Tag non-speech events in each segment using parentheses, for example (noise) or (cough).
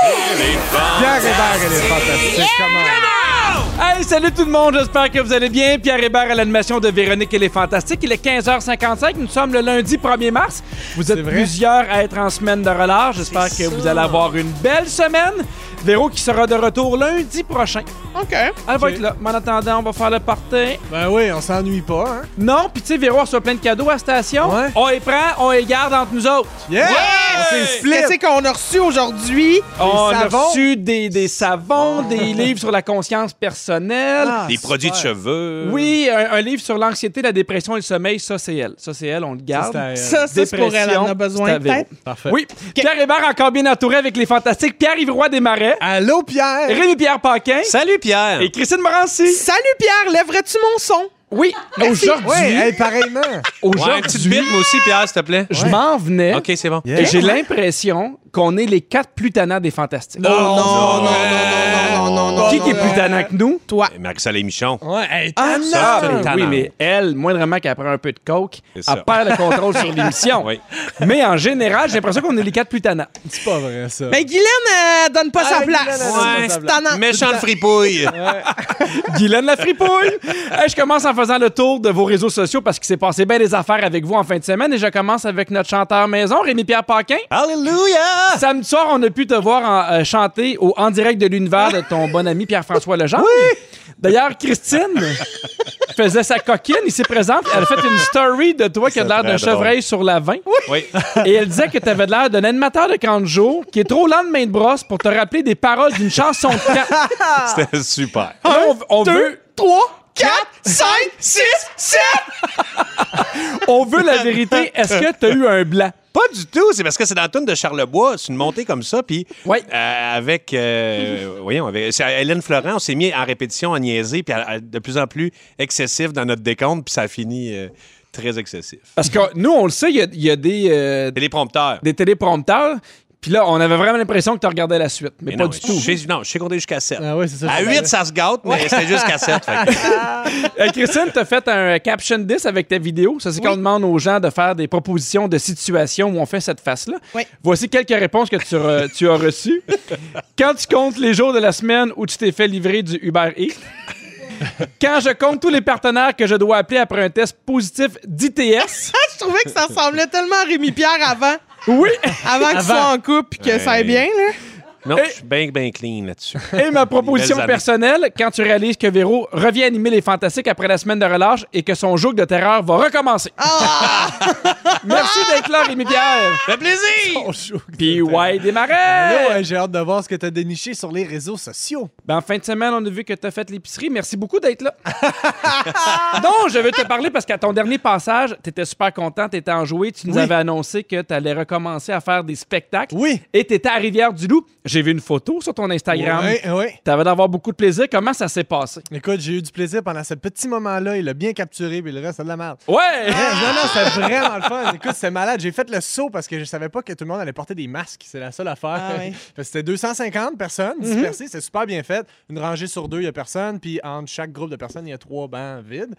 Pierre Hébert, elle est fantastique. Comment? Hey, salut tout le monde, j'espère que vous allez bien. Pierre Hébert à l'animation de Véronique et les Fantastiques. Il est 15h55, nous sommes le lundi 1er mars. Vous êtes vrai. plusieurs à être en semaine de relâche. J'espère que vous allez avoir une belle semaine. Véro qui sera de retour lundi prochain. OK. Elle va être là. Mais en attendant, on va faire le party. Ben oui, on s'ennuie pas, hein? Non, puis tu sais, Véro, on reçoit plein de cadeaux à la station. Ouais. On les prend, on les garde entre nous autres. Yeah! C'est Qu'est-ce split! qu'on a reçu aujourd'hui? on Des a savons. Oh, reçu des, des savons, des livres sur la conscience personnelle. Des produits de cheveux. Oui, un, un livre sur l'anxiété, la dépression et le sommeil, ça c'est elle. Ça c'est elle, on le garde. Ça, c'est à Ça, ça, c'est pour elle. On en a c'est besoin, à Véro. peut-être? Parfait. Oui, Pierre Hébert encore bien entouré avec les fantastiques Pierre-Yves Roy Desmarais, Allô, Pierre! Rémi-Pierre Paquin Salut Pierre. et Christine Morancy. Salut Pierre, lèverais-tu mon son? Oui, aujourd'hui, Ouais, hey, pareillement. Ouais, une petite aujourd'hui, bite, moi aussi, Pierre, s'il te plaît. je m'en venais OK, c'est bon. et j'ai l'impression qu'on est les quatre plus tannants des fantastiques. Oh, non, non, non, non, non, non, non, non. Qui, qui est plus tannant que nous? Toi. Marie-Soleil Michon. Ouais, hey, Ah, t'as- ça, ben c'est tannant. oui, mais elle, moindrement qu'elle prend un peu de coke, C'est ça. elle perd le contrôle sur l'émission. Oui. Mais en général, j'ai l'impression qu'on est les quatre plus tannants. (laughs) c'est pas vrai, ça. Mais Guylaine, euh, donne pas sa place. Guylaine, elle donne pas sa C'est tannant. Méchant (laughs) de fripouille. (laughs) Guylaine la fripouille. Hey, je commence en faisant le tour de vos réseaux sociaux parce qu'il s'est passé bien des affaires avec vous en fin de semaine et je commence avec notre chanteur maison, Rémi-Pierre Paquin. Alléluia. Samedi soir, on a pu te voir en- euh, chanter au En direct de l'univers de ton bon ami Pierre-François Lejean. Oui! D'ailleurs, Christine (laughs) faisait sa coquine ici présente. Elle a fait une story de toi qui a de l'air d'un très drôle. chevreuil sur la 20. Oui. (laughs) Et elle disait que tu avais l'air d'un animateur de 40 jours qui est trop lent de main de brosse pour te rappeler des paroles d'une chanson de camp. C'était super. Là, on, on veut, 3, 4, 5, 6, 7. (laughs) on veut la vérité. Est-ce que tu as eu un blanc? Pas du tout, c'est parce que c'est dans la toune de Charlebois, c'est une montée comme ça, puis Oui. euh, avec, (laughs) euh, voyons, avec c'est Hélène Florent, on s'est mis en répétition, à niaiser, puis à- à- de plus en plus excessif dans notre décompte, puis ça a fini euh, très excessif. Parce que nous, on le sait, il y a- il y, a des, euh, Téléprompteur. des téléprompteurs. Puis là, on avait vraiment l'impression que tu regardais la suite. Mais, Mais pas non, du je- tout. je- Non, je sais compter jusqu'à 7. Ah ouais, c'est ça. à je 8, ça se gâte, mais c'était jusqu'à 7. fait que- Euh, Christine, t'as fait un caption 10 avec ta vidéo. Ça, c'est qu'on demande aux gens de faire des propositions de situations où on fait cette face-là. Oui. Voici quelques réponses que tu, re- tu as reçues. Quand tu comptes les jours de la semaine où tu t'es fait livrer du Uber Eats. Quand je compte tous les partenaires que je dois appeler après un test positif d'ITS. Je trouvais que ça ressemblait tellement à Rémi Pierre avant. Oui. Avant qu'il soit en couple et que ça aille bien, là. Non, Et- je suis bien, bien clean là-dessus. (laughs) Et ma proposition Belles années. personnelle, quand tu réalises que Véro revient animer les fantastiques après la semaine de relâche et que son joug de terreur va recommencer. (laughs) Merci d'être là, Rémi Pierre. fait (laughs) plaisir! On joue. Puis ouais, Ah démarrer. ouais, j'ai hâte de voir ce que t'as déniché sur les réseaux sociaux. Ben, en fin de semaine, on a vu que tu as fait l'épicerie. Merci beaucoup d'être là. (laughs) non, je veux te parler parce qu'à ton dernier passage, tu étais super content, tu étais enjoué. Tu nous Oui. avais annoncé que tu allais recommencer à faire des spectacles. Oui. Et tu étais à Rivière-du-Loup. J'ai vu une photo sur ton Instagram. Ouais, ouais. Tu avais d'avoir beaucoup de plaisir. Comment ça s'est passé? Écoute, j'ai eu du plaisir pendant ce petit moment-là. Il l'a bien capturé, puis le reste, c'est de la merde. Ouais! Bref, Non, non, c'était vraiment le fun. Écoute, c'était malade. J'ai fait le saut parce que je savais pas que tout le monde allait porter des masques. C'est la seule affaire. (laughs) Ah ouais. Fait que C'était 250 personnes dispersées. C'était super bien fait. Une rangée sur deux, il y a personne. Puis entre chaque groupe de personnes, il y a trois bancs vides.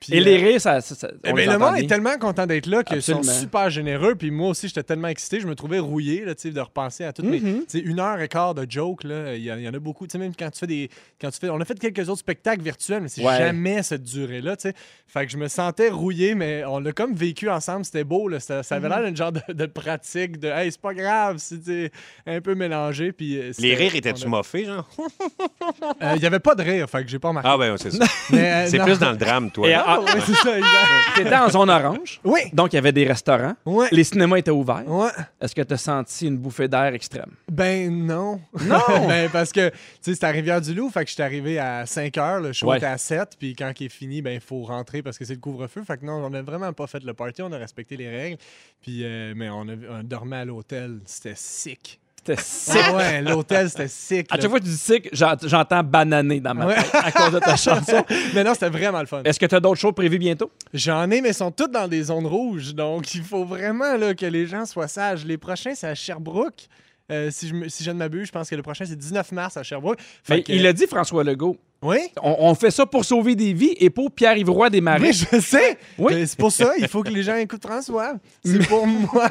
Puis, Et les rires, ça. ça, ça- eh on ben, les le monde entend est bien. tellement content d'être là qu'ils sont Absolument. super généreux. Puis moi aussi, j'étais tellement excité, je me trouvais rouillé là, tu sais, de repenser à toutes mes- Mm-hmm. tu sais, une heure et quart de jokes. là, Il y, en- il y en a beaucoup. Tu sais, Même quand tu fais des. Quand tu fais, on a fait quelques autres spectacles virtuels, mais c'est Ouais. jamais cette durée-là. tu sais. Fait que je me sentais rouillé, mais on l'a comme vécu ensemble. C'était beau. là, Ça, Mm-hmm. ça avait l'air d'une genre de, de pratique de Hey, c'est pas grave, c'est un peu mélangé. Puis, euh, Les c'était- rires on étaient-tu a- moffés, genre? Euh, Il y avait pas de rire, fait que j'ai pas remarqué. Ah, ben, c'est ça. Mais, euh, C'est non. plus dans le drame, toi. Et- Ah, ouais, c'est ça, exact. (laughs) T'étais en zone orange, Oui, donc il y avait des restaurants. ouais, Les cinémas étaient ouverts. ouais. Est-ce que tu as senti une bouffée d'air extrême? Ben non. Non! (laughs) ben parce que, tu sais, c'est à Rivière-du-Loup, fait que j'étais arrivé à 5 heures, le show Ouais. était à 7, puis quand il est fini, ben il faut rentrer parce que c'est le couvre-feu. Fait que non, on n'a vraiment pas fait le party, on a respecté les règles, puis euh, mais on, a, on dormait à l'hôtel, c'était sick. C'était sick. Ah ouais, l'hôtel, c'était sick. À là. chaque fois que tu dis sick, j'en- j'entends bananer dans ma Ouais. tête à cause de ta (laughs) chanson. Mais non, c'était vraiment le fun. Est-ce que tu as d'autres shows prévus bientôt? J'en ai, mais ils sont toutes dans des zones rouges. Donc, il faut vraiment là, que les gens soient sages. Les prochains, c'est à Sherbrooke. Euh, si, je, me- si je ne m'abuse, je pense que le prochain, c'est 19 mars à Sherbrooke. Fait Mais que- Il a dit, François Legault. Oui? On, on fait ça pour sauver des vies et pour Pierre-Yves Roy des Marais. Oui, je sais. Oui. Mm. Mais C'est pour ça, il faut que les gens écoutent François. C'est pour (laughs) moi.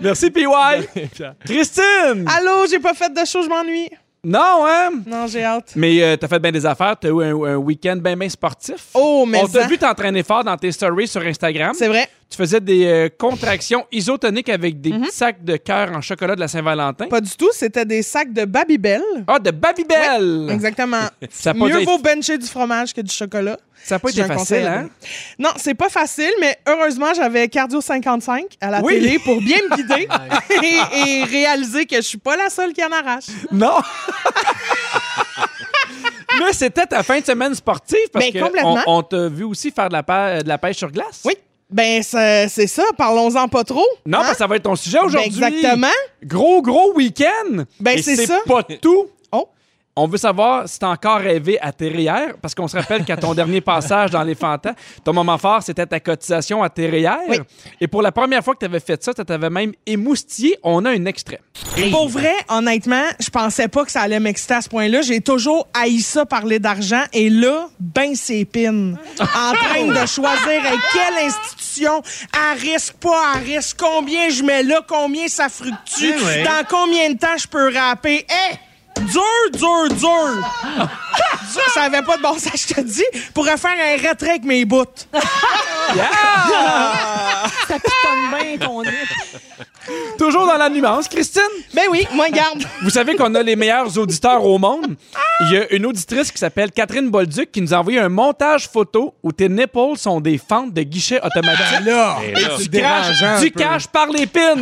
Merci, PY. Ben, Christine! Allô, j'ai pas fait de show, je m'ennuie. Non, hein? Non, j'ai hâte. Mais euh, t'as fait bien des affaires, t'as eu un, un week-end bien bien sportif. Oh, mais On t'a ça, vu t'entraîner fort dans tes stories sur Instagram. c'est vrai, Tu faisais des euh, contractions isotoniques avec Mhm. des petits sacs de cœur en chocolat de la Saint-Valentin. pas du tout. C'était des sacs de Babybel. Ah, de Babybel! Exactement. (laughs) Ça a pas Mieux été- vaut bencher du fromage que du chocolat. Ça n'a pas C'est été un conseil facile, à hein? donner. Non, c'est pas facile, mais heureusement, j'avais Cardio 55 à la Oui. télé pour bien (laughs) me guider et, et réaliser que je suis pas la seule qui en arrache. Non! (laughs) Là, c'était ta fin de semaine sportive parce Ben, que complètement. on, on t'a vu aussi faire de la, pa- de la pêche sur glace. Oui. Ben, ça- c'est ça. Parlons-en pas trop. Non, Hein? parce que ça va être ton sujet Ben, aujourd'hui. Exactement. Gros, gros week-end. Ben, Et c'est ça. pas tout. Oh. On veut savoir si t'as encore rêvé à TRR, parce qu'on se rappelle qu'à ton (laughs) dernier passage dans les Fantas, ton moment fort, c'était ta cotisation à TRR. Oui. Et pour la première fois que t'avais fait ça, t'avais même émoustillé. On a un extrait. Pour vrai, honnêtement, je pensais pas que ça allait m'exciter à ce point-là. J'ai toujours haï ça parler d'argent. Et là, ben c'est pine. En train de choisir à quelle institution, à risque, pas à risque, combien je mets là, combien ça fructue, dans combien de temps je peux rapper. Hé! Dur, dur, dur! ça avait pas de bon sens, je te dis. Pourrais faire un retrait avec mes bouts. Ça pitonne bien ton nez. Toujours dans la nuance, Christine. Ben oui, moi, garde. Vous savez qu'on a les meilleurs auditeurs au monde. Il y a une auditrice qui s'appelle Catherine Bolduc qui nous a envoyé un montage photo où tes nipples sont des fentes de guichet automatique. Là, Et là, c'est Tu craches dérangeant. du un peu. cash par les pins.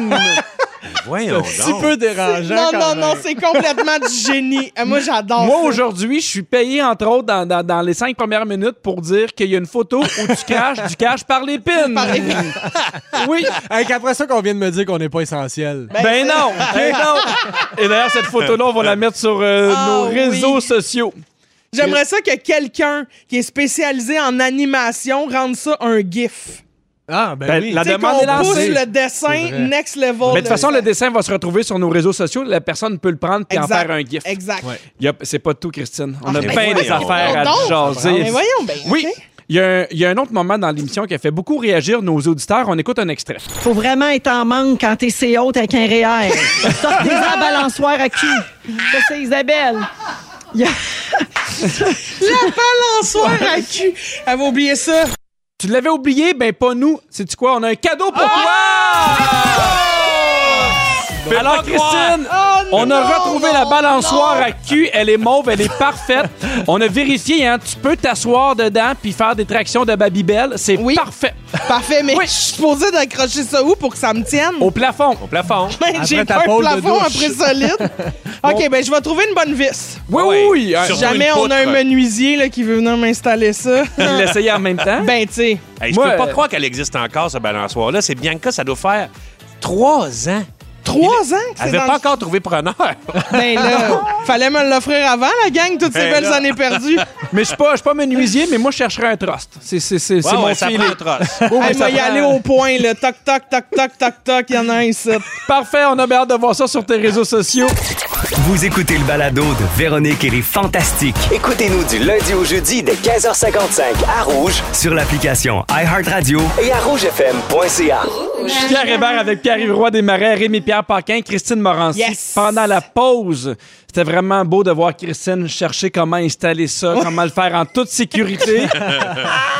Voyons Un petit peu dérangeant. Non, quand non, même. non, c'est complètement du génie. Euh, Moi, j'adore Moi, ça. aujourd'hui, je suis payé, entre autres, dans, dans- dans les cinq premières minutes pour dire qu'il y a une photo où (laughs) tu craches du cash par les pins. Par les oui. Hey, qu'après ça qu'on vient de me dire qu'on n'est pas essentiel. Ben non, ben non. Et d'ailleurs, cette photo-là, on va la mettre sur euh, Ah, nos oui. réseaux sociaux. J'aimerais ça que quelqu'un qui est spécialisé en animation rende ça un GIF. Ah, ben, Ben, oui. la Tu sais, demande qu'on est lancée. pousse le dessin C'est vrai. next level. Mais de toute façon, le dessin va se retrouver sur nos réseaux sociaux. La personne peut le prendre et en Exact. faire un gif. Exact. Ouais. Yup, c'est pas tout, Christine. On Ah, a mais plein des voyons affaires donc. à Mais jaser. voyons, ben. Oui. Il y, a un, il y a un autre moment dans l'émission qui a fait beaucoup réagir nos auditeurs. On écoute un extrait. Faut vraiment être en manque quand t'es si haute avec un (laughs) REER. Sortez-en la balançoire à qui? Ça, c'est Isabelle. Il y a- La balançoire à cul. Elle va oublier ça. Tu l'avais oublié, ben pas nous. C'est tu quoi On a un cadeau pour Ah! toi. Alors Christine, Oh, on a retrouvé la balançoire à cul. Elle est mauve, elle est (laughs) parfaite. on a vérifié, hein. Tu peux t'asseoir dedans puis faire des tractions de Babybel. C'est Oui. parfait. Parfait, mais Oui. je suis supposée d'accrocher ça où pour que ça me tienne? (laughs) Au plafond. Au plafond. Ben, J'ai ta pas un pôle de plafond douche. (laughs) après solide. OK, ben je vais trouver une bonne vis. Oui, oui, Ouais. oui. Surtout Jamais une on a un poutre. menuisier là, qui veut venir (laughs) m'installer ça. Il l'essayait en (laughs) même temps. ben, tu sais. Hey, je Moi, peux pas euh, croire qu'elle existe encore, ce balançoire-là. C'est Bianca, ça doit faire trois ans. Trois ans que Elle c'est n'avait dans pas le- encore trouvé preneur. Ben là, fallait me l'offrir avant, la gang, toutes ces Ben belles là. années perdues. Hey, Mais je suis pas, je suis pas menuisier, mais moi je chercherais un trust. C'est, c'est, c'est, c'est Ouais, mon ouais, ça feeling. prend un trosse. Oui, oui, moi, ça y prend- aller au point, là. Toc, toc, toc, toc, toc, toc, y en a un ici. Parfait, on a bien hâte de voir ça sur tes réseaux sociaux. Vous écoutez le balado de Véronique et les Fantastiques Écoutez-nous du lundi au jeudi dès 15h55 à Rouge sur l'application iHeartRadio et à rougefm.ca. Pierre Hébert avec Pierre-Yves Roy Desmarais, Rémi-Pierre Paquin, Christine Morancy. Yes. Pendant la pause, c'était vraiment beau de voir Christine chercher comment installer ça, comment le faire en toute sécurité. (laughs)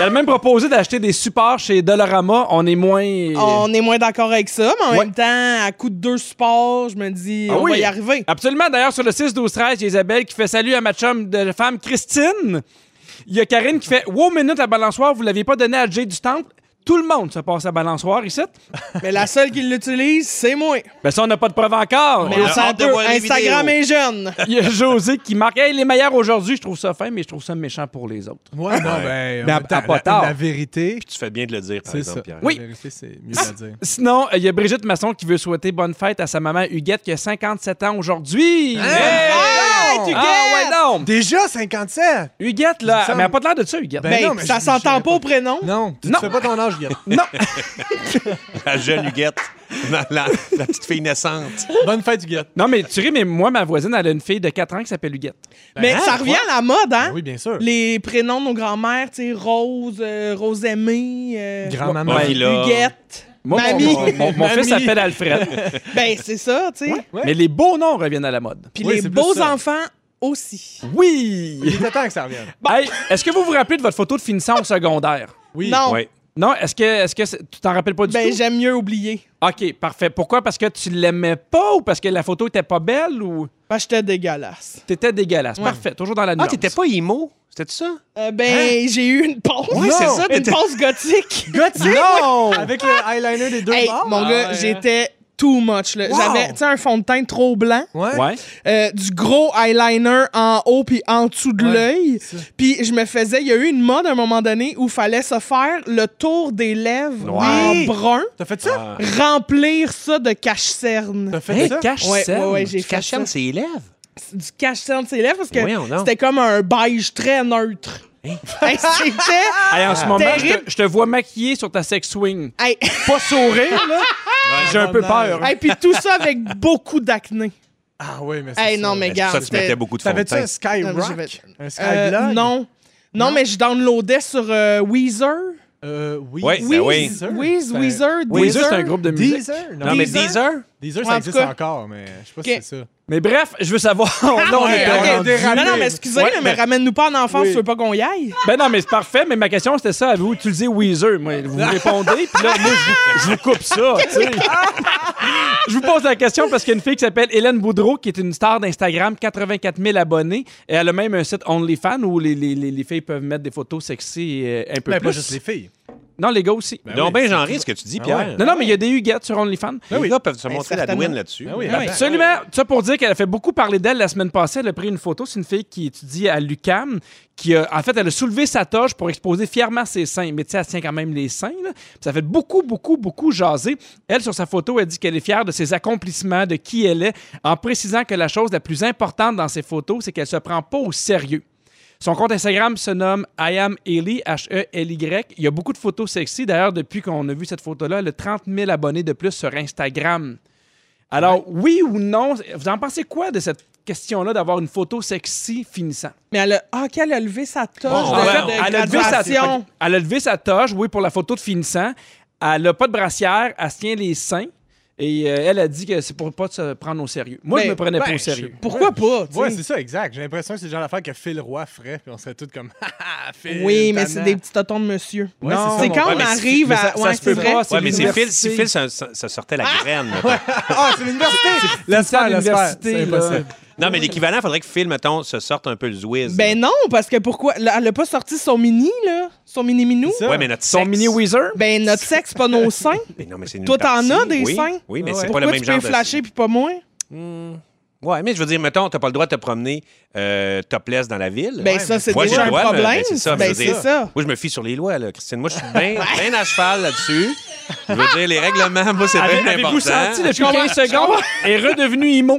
Elle a même proposé d'acheter des supports chez Dolorama. On est moins... On est moins d'accord avec ça, mais en Ouais. même temps, à coup de deux supports, je me dis, Ah on oui. va y arriver. (laughs) Absolument. D'ailleurs, sur le 6, 12, 13, il y a Isabelle qui fait salut à ma chum de femme Christine. Il y a Karine qui fait Wow, minute, la balançoire, vous l'aviez pas donnée à Jay du Temple. Tout le monde se passe à balançoire ici. Mais la seule qui l'utilise, c'est moi. Ben ça, on n'a pas de preuve encore. Mais On on a s'en hâte de peut. voir les Instagram vidéos. est jeune. (laughs) Il y a José qui marque Hey, les meilleurs aujourd'hui, je trouve ça fin, mais je trouve ça méchant pour les autres. Ouais, bon, ben, en Mais à- même temps, à pas la- tard. La vérité, Tu fais bien de le dire, par c'est exemple, ça. Pierre. Oui. La vérité, c'est mieux à dire. Sinon, euh, il y a Brigitte Masson qui veut souhaiter bonne fête à sa maman Huguette qui a 57 ans Hein? aujourd'hui. Hey! fête, Huguette! Ben Ah ouais, donc. Déjà 57! Huguette, là, Ça me- mais elle n'a pas l'air de ça, Huguette. Ben, Ben, non, mais ça je- s'entend je- pas au prénom. Non, tu Non. ne fais pas ton (laughs) âge, Guillaume. Non, La jeune Huguette, la, la- la petite fille naissante. Bonne fête, Guillaume. non, mais tu ris, mais moi, ma voisine, elle a une fille de 4 ans qui s'appelle Huguette. Mais Ben, ça hein, revient à la mode, hein? Oui, bien sûr. Les prénoms de nos grands-mères, tu sais, Rose, euh, Rose Aimée, euh, Grand-maman. Ouais. Là. Huguette. Moi, mon- Mamie. mon, mon- mon fils Mamie. s'appelle Alfred. Ben, c'est ça, tu sais. (laughs) Ouais. Mais les beaux noms reviennent à la mode. Puis Oui, les c'est plus beaux ça. enfants aussi. Oui! Il était temps que ça revienne. Hey, est-ce que vous vous rappelez de votre photo de finissant au secondaire? Oui. Non, Oui. Non, est-ce que, est-ce que c'est- tu t'en rappelles pas du ben, tout? j'aime mieux oublier. OK, parfait. Pourquoi? Parce que tu l'aimais pas ou parce que la photo était pas belle ou Ben, j'étais dégueulasse. t'étais dégueulasse? Parfait, toujours dans la nuance. Ah, t'étais pas emo? C'était ça? Euh, ben, Hein? j'ai eu une pause. Ouais, c'est ça, Une t'étais- pause (laughs) gothique. Oh. Non! Avec le eyeliner des deux hey, bords. mon Ah, gars, ouais. j'étais too much, là. Wow. J'avais, tu sais, un fond de teint trop blanc. Ouais. Ouais. Euh, du gros eyeliner en haut puis en dessous de Ouais, l'œil. ça. Puis je me faisais, il y a eu une mode à un moment donné où fallait se faire le tour des lèvres en Oui. brun, T'as fait ça? Ah. remplir ça de cache-cerne. T'as fait ça? cache Ouais, ouais, ouais, j'ai fait ça. Cachant ses lèvres. du cache-cerne de ses lèvres parce que Voyons donc. c'était comme un beige très neutre. Hein? (laughs) Hey, c'était- en ce moment, je Ah, terrible. te, je te vois maquillée sur ta sex swing. hey, Pas sourire, là. J'ai un peu peur. hey, puis tout ça avec beaucoup d'acné. Ah oui, mais c'est Hey, ça. non, mais C'est pour garde. ça que tu mettais beaucoup de fond de T'avais-tu teint. un Skyrock? Non, mais je Un Euh, Skyblog? non. Non, mais je downloadais sur euh, Weezer. Euh, oui. Ouais, ben oui. Deezer. Weez- C'est un- Weezer. Weezer, Deezer. c'est un groupe de musique. Deezer? Non, mais Deezer? Deezer, Ouais, en ça existe tout cas. encore, mais je sais pas Ok. si c'est ça. Mais bref, je veux (laughs) savoir. non, on est Ouais, pas ok. rendu- dérapé. Non, non, mais excusez, Ouais, là, mais mais- ramène-nous pas en enfance Oui. si tu veux pas qu'on y aille. Ben non, mais c'est parfait, mais ma question c'était ça. Avez-vous utilisé Weezer? Moi, vous me répondez, puis là, moi, je vous, je vous coupe ça. tu sais. je vous pose la question parce qu'il y a une fille qui s'appelle Hélène Boudreau, qui est une star d'Instagram, 84 000 abonnés, et elle a même un site OnlyFans où les, les, les, les filles peuvent mettre des photos sexy euh, un Ben, peu Ben, Mais plus. pas juste les filles. Non, les gars aussi. Donc, oui, ben, j'en ris ce que tu dis, Ah Pierre. ouais. Non, non, mais il y a des huguettes sur OnlyFans. Les gars peuvent se montrer la certainement. douine là-dessus. Ah oui, Ah oui. attends. Absolument. Ça pour dire qu'elle a fait beaucoup parler d'elle la semaine passée. Elle a pris une photo. C'est une fille qui étudie à l'UCAM. Qui a- en fait, elle a soulevé sa toche pour exposer fièrement ses seins. Mais tu sais, elle tient quand même les seins. là. Puis Ça fait beaucoup, beaucoup, beaucoup jaser. Elle, sur sa photo, elle dit qu'elle est fière de ses accomplissements, de qui elle est, en précisant que la chose la plus importante dans ses photos, c'est qu'elle se prend pas au sérieux. Son compte Instagram se nomme I am Ellie, H-E-L-Y. Il y a beaucoup de photos sexy. D'ailleurs, depuis qu'on a vu cette photo-là, elle a 30 000 abonnés de plus sur Instagram. Alors, oui ou non, vous en pensez quoi de cette question-là d'avoir une photo sexy finissant? Mais elle a. Ah, ok, elle a levé sa toche. Bon, de- ouais, de elle a levé sa, graduation. euh, elle a levé sa toche, oui, pour la photo de finissant. Elle n'a pas de brassière, elle se tient les seins. Et euh, elle a dit que c'est pour pas se prendre au sérieux. Moi, je Ben, me prenais pas ben, au sérieux. Pourquoi pas? tu sais? Ouais, c'est ça, exact. J'ai l'impression que c'est le genre d'affaire que Phil Roy ferait, puis on serait tous comme (laughs) Ah, Ha ha, Phil. oui, mais c'est tannant. des petits totons de monsieur. Ouais, c'est ça, C'est mon quand point. on mais si- arrive mais à. ça- ça ouais, se peut c'est vrai. pas, c'est Ouais, mais c'est l'université. Phil, si Phil, ça, ça- ça sortait la graine. là. Ah, c'est (laughs) l'université! Laisse Finissant à faire, laisse faire. l'université, C'est là. impossible. Non, mais l'équivalent, faudrait que Phil, mettons, se sorte un peu le zouiz. Ben non, parce que pourquoi? là, Elle a pas sorti son mini, là? Son mini-minou? C'est ça. Ouais, mais notre Son sexe- mini Weezer? Ben, notre sexe, (laughs) pas nos seins. Mais non, mais c'est une Toi, t'en partie. as des oui. seins? Oui, mais Ouais. c'est pas Pourquoi le même genre. tu de- peux flasher puis pas moi? Ouais, mais je veux dire, mettons, t'as pas le droit de te promener euh, topless dans la ville. Ben, ça, c'est Moi, j'ai déjà le un droit, mais- problème. ben, c'est ça, Ben, je veux c'est dire. ça. Moi, je me fie sur les lois, là, Christine. Moi, je suis bien bien à cheval là-dessus. Je veux dire, les règlements, moi, c'est bien important. Avez-vous senti depuis 15 secondes est redevenu Imo?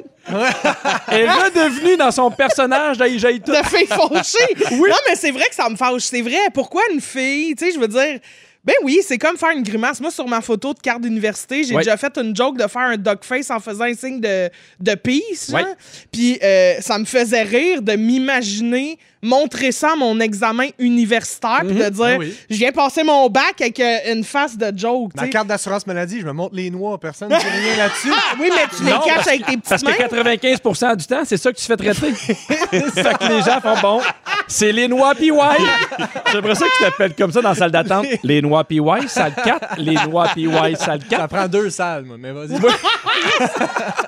est redevenu dans son personnage d'Aïe (laughs) Jaï tout. de filles fauchées. Non, mais c'est vrai que ça me fâche. C'est vrai. Pourquoi une fille? Tu sais, je veux dire. Ben oui, c'est comme faire une grimace. Moi, sur ma photo de carte d'université, j'ai Ouais. déjà fait une joke de faire un dog face en faisant un signe de, de peace. genre. Ouais. Puis euh, ça me faisait rire de m'imaginer montrer ça à mon examen universitaire puis Mm-hmm. de dire Ah oui. je viens passer mon bac avec euh, une face de joke. tu Ma sais. carte d'assurance maladie, je me montre les noix, personne ne dit rien (laughs) là-dessus. Oui, mais tu les Non, caches avec tes petites Parce mains. que 95 du temps, c'est ça que tu fais (laughs) traiter. fait que les gens font bon. C'est les noix PY. J'aimerais ça que tu t'appelles comme ça dans la salle d'attente. Les noix PY, salle 4. Les noix PY, salle Ça 4. prend deux salles, moi, mais vas-y.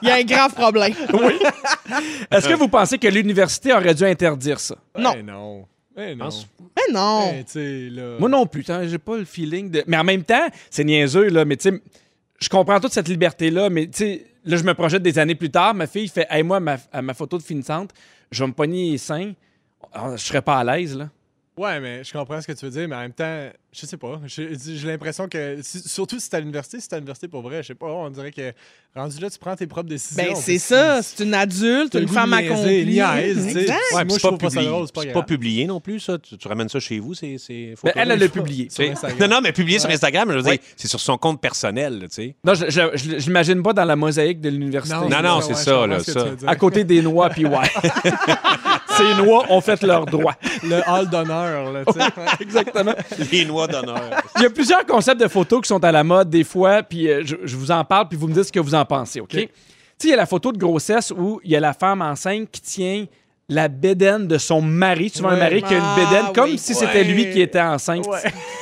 Il y a un grave problème. Est-ce que vous pensez que l'université aurait dû interdire ça? Ouais, Non. non. Eh non. Pense- Mais non. Eh, tu sais, là. Moi non plus, t'as- j'ai pas le feeling de. Mais en même temps, c'est niaiseux, là, mais tu sais, je comprends toute cette liberté-là, mais tu sais, là, je me projette des années plus tard. Ma fille fait, hey, moi, ma, à ma photo de finissante, je vais me pogner les seins. Ah, Je serais pas à l'aise, là. Ouais, mais je comprends ce que tu veux dire, mais en même temps, je sais pas. J'ai j'ai l'impression que, si- surtout si t'es à l'université, si t'es à l'université pour vrai, je sais pas, on dirait que rendu là, tu prends tes propres décisions. Ben, c'est puis ça. si- C'est une adulte, t'as le une goût femme de niaiser, accomplie. niaise, tu sais. Exact. Moi, puis je trouve pas ça publié. drôle, c'est pas C'est grave. publié non plus, ça. Tu, tu ramènes ça chez vous, c'est. c'est- faut Ben, pas- elle, elle l'a publié. Tu sais. Sur Instagram. Non, non, mais publié sur Ouais. Instagram, je veux dire, Ouais. c'est sur son compte personnel, là, tu sais. Non, je, je, je- je l'imagine pas dans la mosaïque de l'université. Non, c'est ça, non, c'est ouais, je ça, comprends là, ce que tu ça. veux dire. À côté des noix, puis ouais. Ces noix ont fait leur droit. (laughs) Le hall d'honneur, là, tu sais. (laughs) Exactement. Les noix d'honneur. Il y a plusieurs concepts de photos qui sont à la mode des fois, puis euh, je, je vous en parle, puis vous me dites ce que vous en pensez, OK? Tu sais, il y a la photo de grossesse où il y a la femme enceinte qui tient la bédaine de son mari, souvent un Ouais. mari qui a une Ah, bédaine, comme oui. si c'était lui Ouais. qui était enceinte.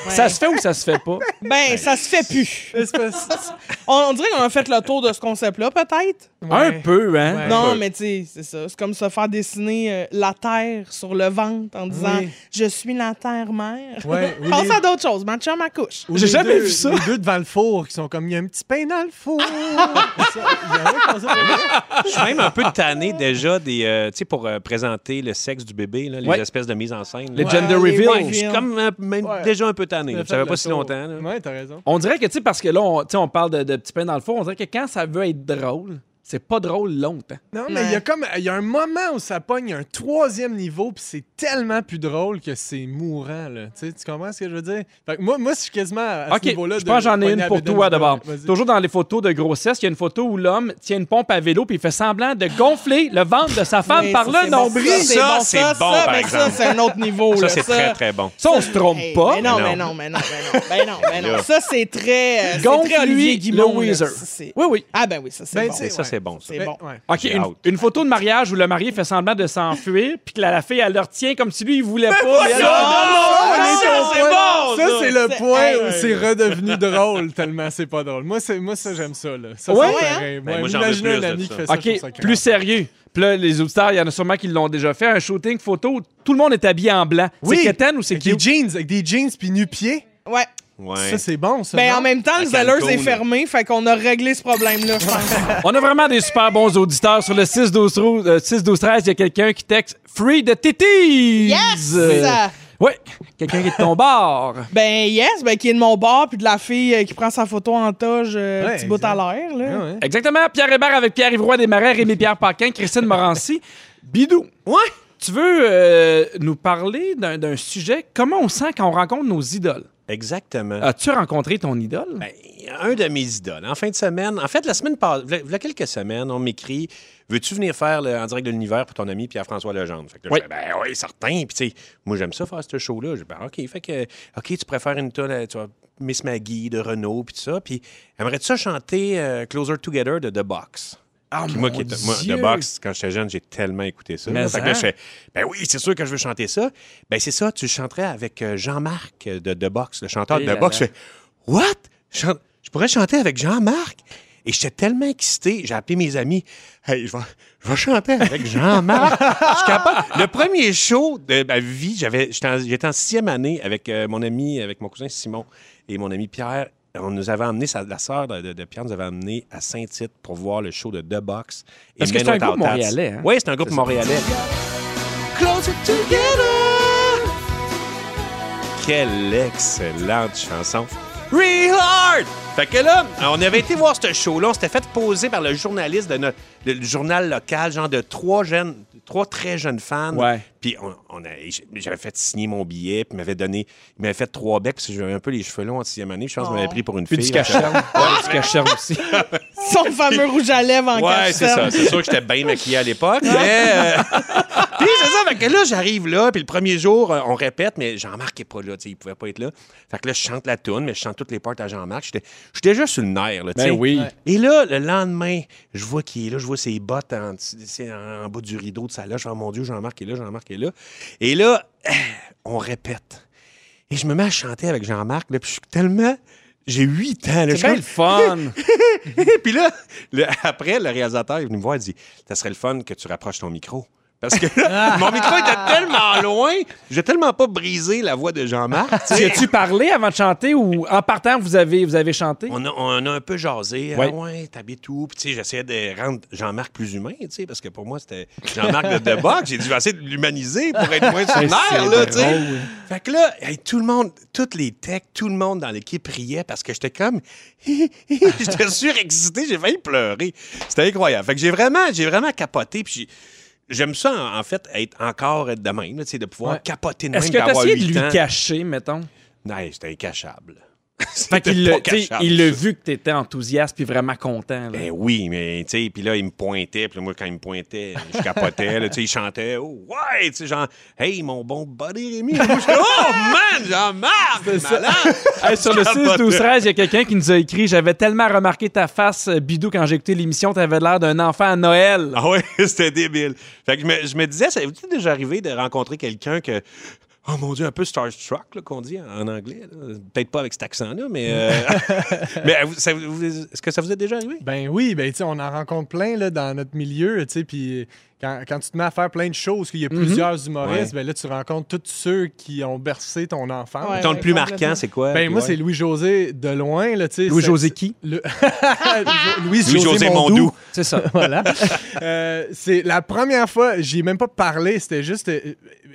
Ça se fait ou ça se fait pas? Ben, ça se fait plus. Espèce- On, on dirait qu'on a fait le tour de ce concept-là, peut-être. Un Ouais. peu, hein? Ouais. Non, mais tu sais, c'est ça. C'est comme se faire dessiner euh, la terre sur le ventre en disant Oui. Je suis la terre-mère. Ouais, (laughs) ou Pense les- à d'autres choses. Mon chum accouche. ou J'ai les jamais deux- vu ça. Les deux devant le four qui sont comme, il y a un petit pain dans le (laughs) four. Ça, il y en a qui font ça. (laughs) Je suis même un peu tanné déjà des. euh, tu sais, pour euh, présenter le sexe du bébé, là, les Ouais. espèces de mise en scène. Le là. gender Ouais, reveal. ouais. Je suis comme euh, même Ouais. déjà un peu tanné. là. Ah, Ça fait fait le pas si tour. longtemps. là. Ouais, t'as raison. On dirait que, tu sais, parce que là, on, tu sais, on parle de, de petits pains dans le four, on dirait que quand ça veut être drôle, c'est pas drôle longtemps. Non, mais il y a Ouais. comme il y a un moment où ça pogne un troisième niveau, puis c'est tellement plus drôle que c'est mourant là. Tu sais, tu comprends ce que je veux dire Fait que moi, moi, je suis quasiment à OK, ce niveau-là. je pense que j'en ai une pour toi d'abord. d'abord. Toujours dans les photos de grossesse, il y a une photo où l'homme tient une pompe à vélo puis il fait semblant de gonfler le ventre de sa femme Oui, par ça, le c'est bon, nombril. Ça, Ça, c'est c'est bon, ça, bon, ça, par mais exemple. ça, c'est un autre niveau. Ça, là. c'est très, très bon. Ça, on se trompe Hey, pas. Mais non, Mais mais non. non, mais non, mais non, mais non, mais non. Ça, c'est très. euh, c'est très Olivier Gonfle-lui le Guimond, là. Weezer. Ça, c'est- Oui, oui. Ah, ben oui, ça, c'est Ben, bon. C'est- Ça, c'est bon. ça. C'est bon. Ouais. OK, J'ai une, hâte. une photo de mariage où le marié fait semblant de s'enfuir puis que la, la fille, elle le retient comme si lui, il voulait pas. mais elle- Ah, on est ça, au c'est point. bon, Ça, ça. c'est le C'est- point où Hey. c'est redevenu drôle tellement c'est pas drôle. Moi, c'est moi ça j'aime ça là. Ça, Ouais, ça me hein? ferait- Ben, ouais, moi, j'en veux imaginez plus un de ami ça. qui fait ça. je trouve ça OK, craint. plus sérieux. Puis là, les auditeurs, il y en a sûrement qui l'ont déjà fait. Un shooting photo, tout le monde est habillé en blanc. Oui. C'est quétaine ou c'est avec des cute? jeans, avec des jeans puis nu pieds. Ouais. Ouais. Ça, c'est bon. Ça, Ben, non? en même temps, le À Zellers est Cancun. fermé, fait qu'on a réglé ce problème-là, (laughs) je pense. On a vraiment des super bons auditeurs. Sur le 6-12-13, euh, 6-12-13, il y a quelqu'un qui texte « Free the titties! Yes! Euh, Oui, quelqu'un qui est de ton bord. Ben, yes, ben, qui est de mon bord, puis de la fille euh, qui prend sa photo en toge, euh, Ouais, petit bout à exact. l'air, là. Ah ouais. Exactement. Pierre Hébert avec Pierre Ivroy Desmarais, Rémi-Pierre Paquin, Christine Morancy. Bidou. Ouais. Tu veux euh, nous parler d'un d'un sujet? Comment on sent quand on rencontre nos idoles? Ah, Exactement. As-tu rencontré ton idole? Ben, un de mes idoles. En fin de semaine, en fait, la semaine passée, il y a quelques semaines, on m'écrit Veux-tu venir faire le, en direct de l'univers pour ton ami Pierre-François Legendre Fait que là, Oui. je fais, Ben oui, certain. Puis, tu sais, moi, j'aime ça faire ce show-là. Je dis, Ben OK, fait que, OK, tu préfères une tonne, tu vois, Miss Maggie de Renault, puis tout ça. Puis, aimerais-tu ça chanter euh, Closer Together de The Box Ah, Puis moi, mon qui étais- moi, Dieu! The Box, quand j'étais jeune, j'ai tellement écouté ça. Mais fait que là, hein? je fais, ben oui, c'est sûr que je veux chanter ça. Ben c'est ça, tu le chanterais avec euh, Jean-Marc euh, de The Box, le chanteur Et de là The Box. Je là. fais, what? Chan- Je pourrais chanter avec Jean-Marc? Et j'étais tellement excité, j'ai appelé mes amis. Hey, je vais, je vais chanter avec Jean-Marc. Je suis Ah! capable. Le premier show de ma vie, j'avais, j'étais, en, j'étais en sixième année avec euh, mon ami, avec mon cousin Simon et mon ami Pierre. On nous avait amené, sa, la sœur de, de- de Pierre nous avait amené à Saint-Tite pour voir le show de The Box. et Parce que Men c'est un Without groupe Hats. montréalais, hein? Oui, c'est un groupe montréalais. Closer together. Quelle excellente chanson. Real Hard! Fait que là, euh, on avait été voir ce show-là. On s'était fait poser par le journaliste de notre le, le journal local, genre de trois jeunes, trois très jeunes fans. Ouais. Puis on, on a- j'avais fait signer mon billet, puis il m'avait donné, il m'avait fait trois becs, parce que j'avais un peu les cheveux longs en sixième année. Je pense qu'il m'avait pris pour une Oh. Puis fille. du cachère. Ouais, du cachère aussi. Son fameux rouge à lèvres en Ouais, c'est ça. cache-tête. C'est sûr que j'étais bien maquillé à l'époque. mais. euh, (laughs) puis c'est ça. Fait que là, j'arrive là. Puis le premier jour, euh, on répète, mais Jean-Marc n'est pas là. tu sais, Il pouvait pas être là. Fait que là, je chante la toune, mais je chante toutes les parts à Jean-Marc. J'étais j'étais déjà sur le nerf. Là, tu Ben sais. oui. Et là, le lendemain, je vois qu'il est là, je vois ses bottes en, dessous- c'est en, en bas du rideau de sa loge. Je fais, Oh mon Dieu, Jean-Marc est là, Jean-Marc est là. Et là, (clears throat) on répète. Et je me mets à chanter avec Jean-Marc, là, puis je suis tellement. J'ai 8 ans. là, je C'est chante- bien le (laughs) fun. (laughs) puis là, le- après, le réalisateur est venu me voir et dit Ça serait le fun que tu rapproches ton micro. Parce que là, mon micro était tellement loin, j'ai tellement pas brisé la voix de Jean-Marc. tu sais. Tu as-tu parlé avant de chanter ou en partant, vous avez, vous avez chanté? On a, on a un peu jasé. Ouais. Ah ouais, t'habites où? Puis, tu sais, j'essayais de rendre Jean-Marc plus humain, tu sais, parce que pour moi, c'était Jean-Marc de, de Bock. J'ai dû essayer de l'humaniser pour être moins sur nerf, là, tu sais. Fait que là, hey, tout le monde, toutes les techs, tout le monde dans l'équipe riait parce que j'étais comme. (laughs) j'étais surexcité, j'ai failli pleurer. C'était incroyable. Fait que j'ai vraiment, j'ai vraiment capoté. Puis, j'ai- j'aime ça, en, en fait, être encore être de même, là, tu sais, de pouvoir Ouais. capoter de même, Est-ce que t'as d'avoir essayé de 8 lui ans. cacher, mettons? Non, c'était incachable. Fait C'était qu'il pas l'a tu sais, cachable. il l'a vu que t'étais enthousiaste puis vraiment content. là. Ben oui, mais tu sais, puis là, il me pointait, puis là, moi, quand il me pointait, je capotais, là, tu sais, il chantait, oh, ouais, tu sais, genre, hey, mon bon buddy Rémi. Moi, je suis comme, oh, man, Jean-Marc! malade! Hey, (laughs) sur le 6, Capotais. 12, 13, il y a quelqu'un qui nous a écrit J'avais tellement remarqué ta face, euh, Bidou, quand j'ai écouté l'émission, t'avais l'air d'un enfant à Noël. Ah ouais, (laughs) c'était débile. Fait que je me, je me disais, ça vous déjà arrivé de rencontrer quelqu'un que. Oh mon Dieu, un peu starstruck, là, qu'on dit en anglais. là. Peut-être pas avec cet accent-là, mais. (laughs) euh, mais vous- ça vous- est-ce que ça vous est déjà arrivé? Ben oui, ben tu sais, on en rencontre plein là, dans notre milieu, tu sais, puis quand, quand tu te mets à faire plein de choses, qu'il y a Mhm. plusieurs humoristes, ben là, tu rencontres tous ceux qui ont bercé ton enfant. Ouais. Ton le plus Euh, complètement. marquant, c'est quoi? Ben Puis moi, ouais. c'est Louis-José de loin, là, tu sais. Louis-José Ah! c'est- qui? le- Louis-José Louis-José Mondou. Mondou. C'est (laughs) ça. voilà. Euh, c'est la première fois, j'y ai même pas parlé, c'était juste. euh,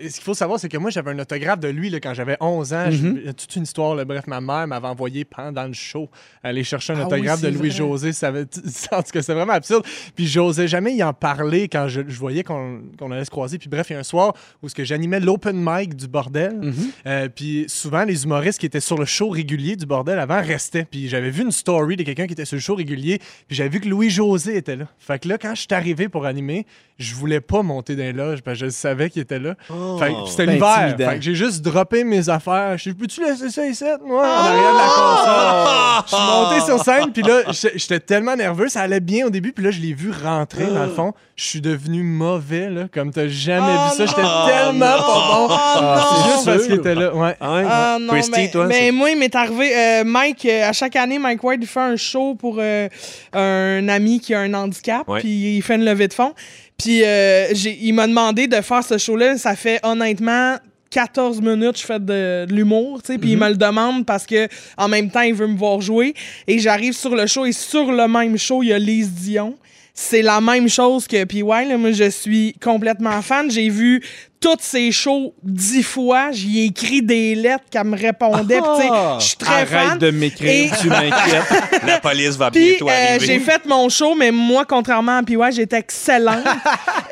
ce qu'il faut savoir, c'est que moi, j'avais un autographe de lui là, quand j'avais 11 ans. Je- Mhm. toute une histoire, là. bref, ma mère m'avait envoyé pendant le show aller chercher un Ah oui, autographe c'est de Louis-José. Ça avait- (laughs) En tout cas, c'est vraiment absurde. Puis j'osais jamais y en parler quand je, je voyais qu'on qu'on allait se croiser. Puis bref, il y a un soir où ce que j'animais l'open mic du bordel. Mhm. Euh, puis souvent, les humoristes qui étaient sur le show régulier du bordel avant restaient. Puis j'avais vu une story de quelqu'un qui était sur le show régulier. Puis j'avais vu que Louis-José était là. Fait que là, quand je suis arrivé pour animer, je voulais pas monter dans les loges parce que je savais qu'il était là. Fait que c'était Ben, l'hiver. intimidant. Fait que j'ai juste droppé mes affaires. Je suis peux-tu laisser ça ici, moi, en arrière de la console? Je suis monté sur scène, puis là, j'- j'étais tellement nerveux. Ça allait bien au début, puis là, je l'ai vu rentrer dans le fond. Je suis devenu mauvais, là, comme t'as jamais vu ça. J'étais tellement pas bon. Ah C'est juste parce qu'il était là. Ouais. Ah ouais? Ah non, Christy, mais, toi? mais c'est- moi, il m'est arrivé. euh, Mike, euh, à chaque année, Mike White, il fait un show pour euh, un ami qui a un handicap, Ouais. puis il fait une levée de fonds. Puis euh, j'ai- il m'a demandé de faire ce show-là. Ça fait honnêtement 14 minutes je fais de, de l'humour, tu sais, puis Mhm. il me le demande parce que en même temps, il veut me voir jouer. Et j'arrive sur le show, et sur le même show, il y a Lise Dion. C'est la même chose que PY. Là, moi, je suis complètement fan. J'ai vu toutes ces shows dix fois. J'y ai écrit des lettres qu'elle me répondait. Puis, tu sais, je suis très Ah! Arrête fan. de m'écrire, Et- tu m'inquiètes. (laughs) La police va Puis bientôt euh, arriver. j'ai fait mon show, mais moi, contrairement à PY, j'étais excellente.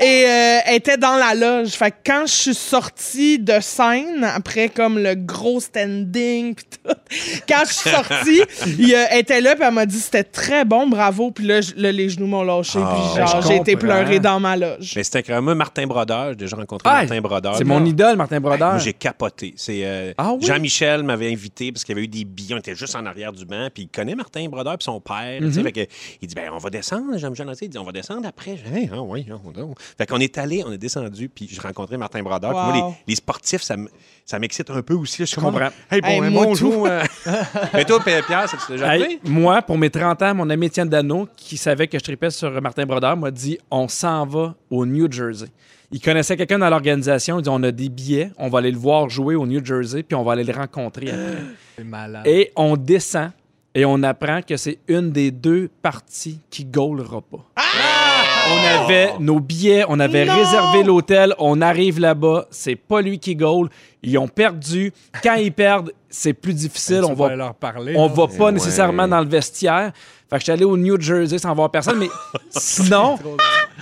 et euh, elle était dans la loge. Fait que quand je suis sortie de scène, après comme le gros standing, puis tout, (laughs) quand je suis sortie, il, euh, elle était là, puis elle m'a dit c'était très bon, bravo. Puis là, je- là, les genoux m'ont lâché, Ah, puis ben, genre, je j'ai été comprends. pleurer dans ma loge. Mais c'était quand même Martin Brodeur. J'ai déjà rencontré Ah, Martin Brodeur. C'est mon idole, Martin Moi, Brodeur. Ben, j'ai capoté. C'est euh, Ah oui? Jean-Michel m'avait invité parce qu'il y avait eu des billets. On était juste en arrière du banc. Puis il connaît Martin Brodeur puis son père. Mm-hmm. tu sais. Fait que, il dit ben on va descendre. Jean-Michel Nanty, il dit on va descendre après. Je dis, Hey, ah oui, on, on. Fait qu'on est allé, on est descendu. Puis je rencontrais Martin Brodeur. Puis moi, Wow. les, les sportifs, ça m- ça m'excite un peu aussi. là. Je suis comprends. comme, Hey, bon, Hey, hein, moi, bonjour. euh. Mais toi, Pierre, ça (laughs) te déjà Hey, arrivé? moi, pour mes 30 ans, mon ami Étienne Dano, qui savait que je tripais sur Martin Brodeur, m'a dit On s'en va au New Jersey. Il connaissait quelqu'un dans l'organisation. Il dit On a des billets, on va aller le voir jouer au New Jersey, puis on va aller le rencontrer après. C'est malade. Et on descend et on apprend que c'est une des deux parties qui gaulera pas. On avait nos billets, on avait Non! réservé l'hôtel, on arrive là-bas, c'est pas lui qui gaule, ils ont perdu. Quand ils perdent, c'est plus difficile, on va leur parler. on là. va pas nécessairement dans le vestiaire. Fait que j'étais allé au New Jersey sans voir personne, mais sinon,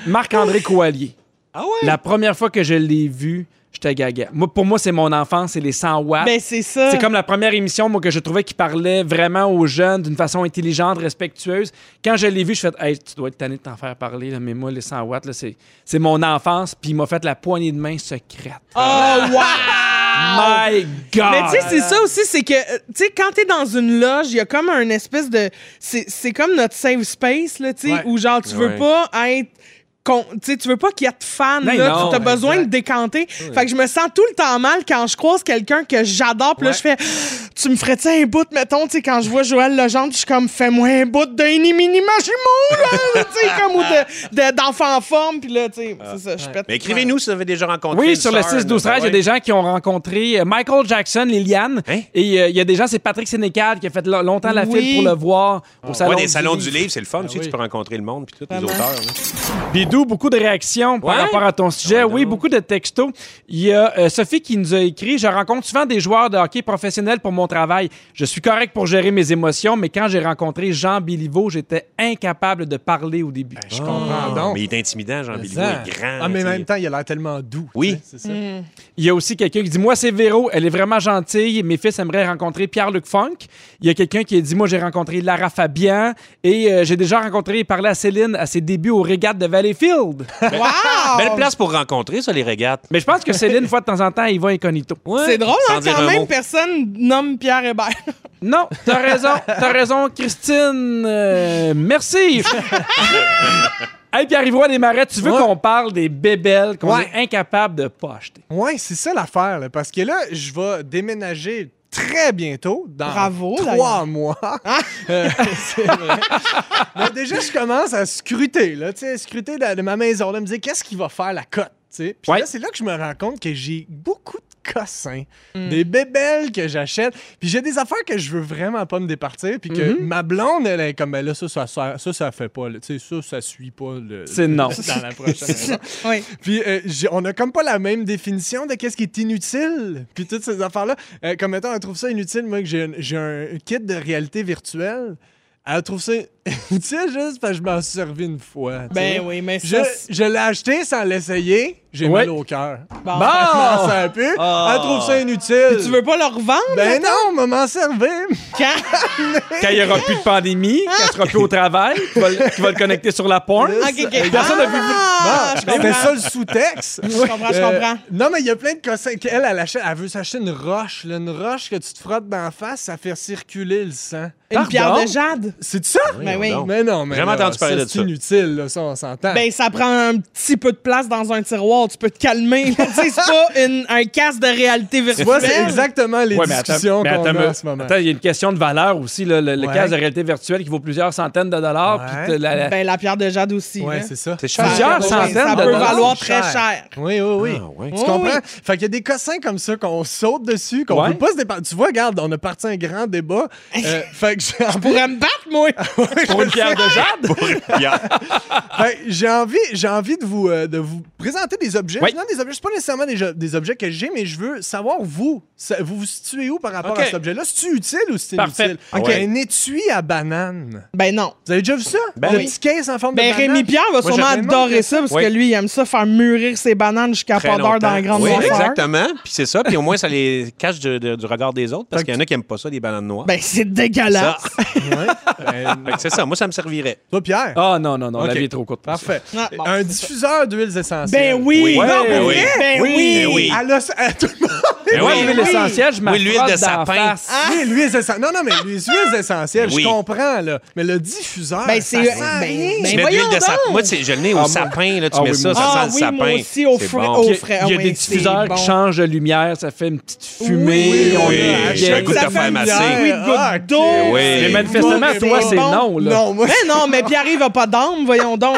Marc-André Coallier. Ah ouais? La première fois que je l'ai vu, j'étais gaga. Moi, pour moi, c'est mon enfance, c'est les 100 watts. (laughs) Ben, c'est ça. C'est comme la première émission moi, que je trouvais qui parlait vraiment aux jeunes d'une façon intelligente, respectueuse. Quand je l'ai vu, je fais Hey, tu dois être tanné de t'en faire parler, là, mais moi, les 100 watts, là, c'est, c'est mon enfance. Puis il m'a fait la poignée de main secrète. Oh, (laughs) wow! My God! Ah Mais tu sais, c'est ça aussi, c'est que, euh, tu sais, quand t'es dans une loge, il y a comme un espèce de. C'est c'est comme notre safe space, là, tu sais, Ouais. où genre, tu veux Ouais. pas être qu'on- tu sais, tu veux pas qu'il y ait de fans, Mais là. non, tu as besoin exact. de décanter. Fait que je me sens tout le temps mal quand je croise quelqu'un que j'adore, puis là, je fais, (gasps) tu me ferais-tu un bout, mettons, tu sais, quand je vois Joël Legendre, je suis comme, fais-moi un bout d'un mini machimo, là, tu sais, comme, ou de- de- d'enfant en forme, puis là, tu sais, c'est ça, je pète. Mais écrivez-nous si vous avez déjà rencontré. Oui, une sur le star, ben 6 12 13 il y a ouais. des gens qui ont rencontré euh, Michael Jackson, Liliane. Hein? Et euh, il y a des gens, c'est Patrick Sénécal qui a fait lo- longtemps la Oui. file pour le voir au salon. Ah. Ouais, des salons du livre. Ah livre, c'est le fun. tu sais, tu peux rencontrer le monde, puis tous les auteurs. là. Bidou, beaucoup de réactions par Ouais. rapport à ton sujet. oui, beaucoup de textos. Il y a euh, Sophie qui nous a écrit Je rencontre souvent des joueurs de hockey professionnels pour mon travail. Je suis correct pour gérer mes émotions, mais quand j'ai rencontré Jean Béliveau, j'étais incapable de parler au début. Je comprends Ah, donc. Mais il est intimidant, Jean-Béliveau. Ça. Il est grand. Ah, mais tu en sais. même temps, il a l'air tellement doux. Oui. tu sais, C'est Mm. ça. Il y a aussi quelqu'un qui dit Moi, c'est Véro, elle est vraiment gentille. Mes fils aimeraient rencontrer Pierre-Luc Funk. Il y a quelqu'un qui a dit Moi, j'ai rencontré Lara Fabian et euh, j'ai déjà rencontré et parlé à Céline à ses débuts aux régates de Valleyfield. (laughs) Belle place pour rencontrer, ça, les regards. mais je pense que Céline, une fois de temps en temps, il va incognito. C'est drôle, Sans hein, dire quand un même, mot. personne nomme Pierre Hébert. (laughs) Non, t'as raison, t'as raison, Christine. Euh, (laughs) merci. hey, Pierre-Yvois Desmarais, tu veux qu'on parle des bébelles qu'on Ouais. est incapable de pas acheter? Ouais, c'est ça l'affaire, là, parce que là, je vais déménager très bientôt, dans Bravo, trois d'ailleurs. Ah! mois. (laughs) Euh, c'est vrai. Mais déjà, je commence à scruter, là, tu sais, scruter de, de ma maison, là, me dire qu'est-ce qui va faire la cote, tu sais. Puis Ouais. là, c'est là que je me rends compte que j'ai beaucoup de cossins, Hmm. des bébelles que j'achète, puis j'ai des affaires que je veux vraiment pas me départir, puis Mhm. que ma blonde, elle est comme, ben là, ça, ça, ça, ça, ça fait pas, là, tu sais, ça, ça suit pas le... C'est non. Dans la prochaine maison. (laughs) Oui. Puis euh, j'ai- on a comme pas la même définition de qu'est-ce qui est inutile. Puis toutes ces affaires-là. Euh, comme mettons, elle trouve ça inutile, moi, que j'ai un- j'ai un, kit de réalité virtuelle. Elle trouve ça (laughs) inutile juste parce que je m'en suis servi une fois. tu sais. Ben oui, mais Je, ça, c'est- je l'ai acheté sans l'essayer. J'ai Ouais. mal au cœur. Bon. Ah, ça a pu. Elle trouve Ah. ça inutile. Tu veux pas le revendre? Ben mettons? non, on va m'en servir. Quand- Quand il n'y aura plus de pandémie, Ah! quand tu seras plus au travail, tu vas, le- tu vas le connecter sur la porn. Ok, ok. Personne n'a vu. Ah, je C'était comprends. Ben, ça le sous-texte. Je comprends, je Euh, comprends. non, mais il y a plein de cossins. qu'elle, Elle, elle, achète- elle veut s'acheter une roche. là, une roche que tu te frottes dans la face, ça fait circuler le sang. Une pierre Pardon? de jade. C'est ça? Ah, Ben oui. Mais non, mais. Jamais là, entendu parler de C'est ça. inutile, là, ça, on s'entend. Ben, ça prend un petit peu de place dans un tiroir. Tu peux te calmer. (laughs) Tu sais, c'est pas une- un casque de réalité tu vois, virtuelle. c'est exactement les Ouais, mais attends- discussions mais qu'on attends, a mais- en ce moment. attends, il y a une question de valeur aussi. là, le le Ouais. casque de réalité virtuelle qui vaut plusieurs centaines de dollars. Ouais. puis t'as la- la- Ben, la pierre de jade aussi. ouais, là. c'est ça. C'est cher. Plusieurs Ouais, centaines Ça de peut dollars. valoir très cher. Oui, oui, oui. Ah, ouais. Tu Oui, comprends? oui. Fait qu'il y a des cossins comme ça qu'on saute dessus, qu'on Ouais. peut pas se départir. Tu vois, regarde, on a parti un grand débat. (laughs) Euh, fait que j'ai Je pourrais me battre, (laughs) moi. pour une pierre de (laughs) jade? Ben, j'ai envie, j'ai envie de vous, euh, de vous présenter des objets. Oui. Non, des objets, c'est pas nécessairement des, jo- des objets que j'ai, mais je veux savoir vous, ça- vous vous situez où par rapport Ok. à cet objet-là. C'est utile ou c'est Parfait. inutile Ok. Un étui à banane. Ben, non. Vous avez déjà vu ça Ben Le oui. petit case en forme Ben, de banane. Rémi Pierre va Moi, sûrement j'avais adorer manqué. ça parce Oui. que lui, il aime ça faire mûrir ses bananes jusqu'à Très pas d'heure dans la grande oui, noirceur. exactement. Puis c'est ça. Puis au moins, ça les cache de- de- du regard des autres parce qu'il y en a qui n'aiment pas ça, les bananes noires. Ben, c'est dégueulasse. Ça. (laughs) Fait que c'est ça. Moi, ça me servirait. Euh, Toi, Pierre. Ah non, non, non, la Ok. vie est trop courte. pour ça. Parfait. Ah, bon, un c'est diffuseur d'huiles essentielles. Ben oui. Oui. Non, Ouais, pour oui. vrai. Ben Oui, oui. ben oui. Elle a ça- elle- tout le monde- Ben Moi, oui. l'huile essentielle, je Oui, l'huile de m'affrotte dans la sapin. face. Oui, l'huile essentielle. Non, non, mais les huiles essentielles, Oui. je comprends, là. Mais le diffuseur, ça Ben, c'est. sent rien. Ben, ben Tu mets de l'huile voyons de sapin. donc. Moi, tu sais, je le mets au sapin. Là, tu Ah mets oui, ça, moi ça aussi. sent Ah le oui, sapin. moi aussi, au C'est frais- bon. au Il y a- frais, Il y a Ah oui, des c'est diffuseurs bon. qui changent de lumière, ça fait une petite fumée. Oui, on a- oui, Yeah. j'ai un goût de hein. Ça te faire fait masser. une Oui, goutte ah, d'eau. ok, oui. Mais manifestement, Bon, toi, bon. c'est non, là. Non, moi, Mais non, mais Pierre, il va pas d'âme, voyons (laughs) donc.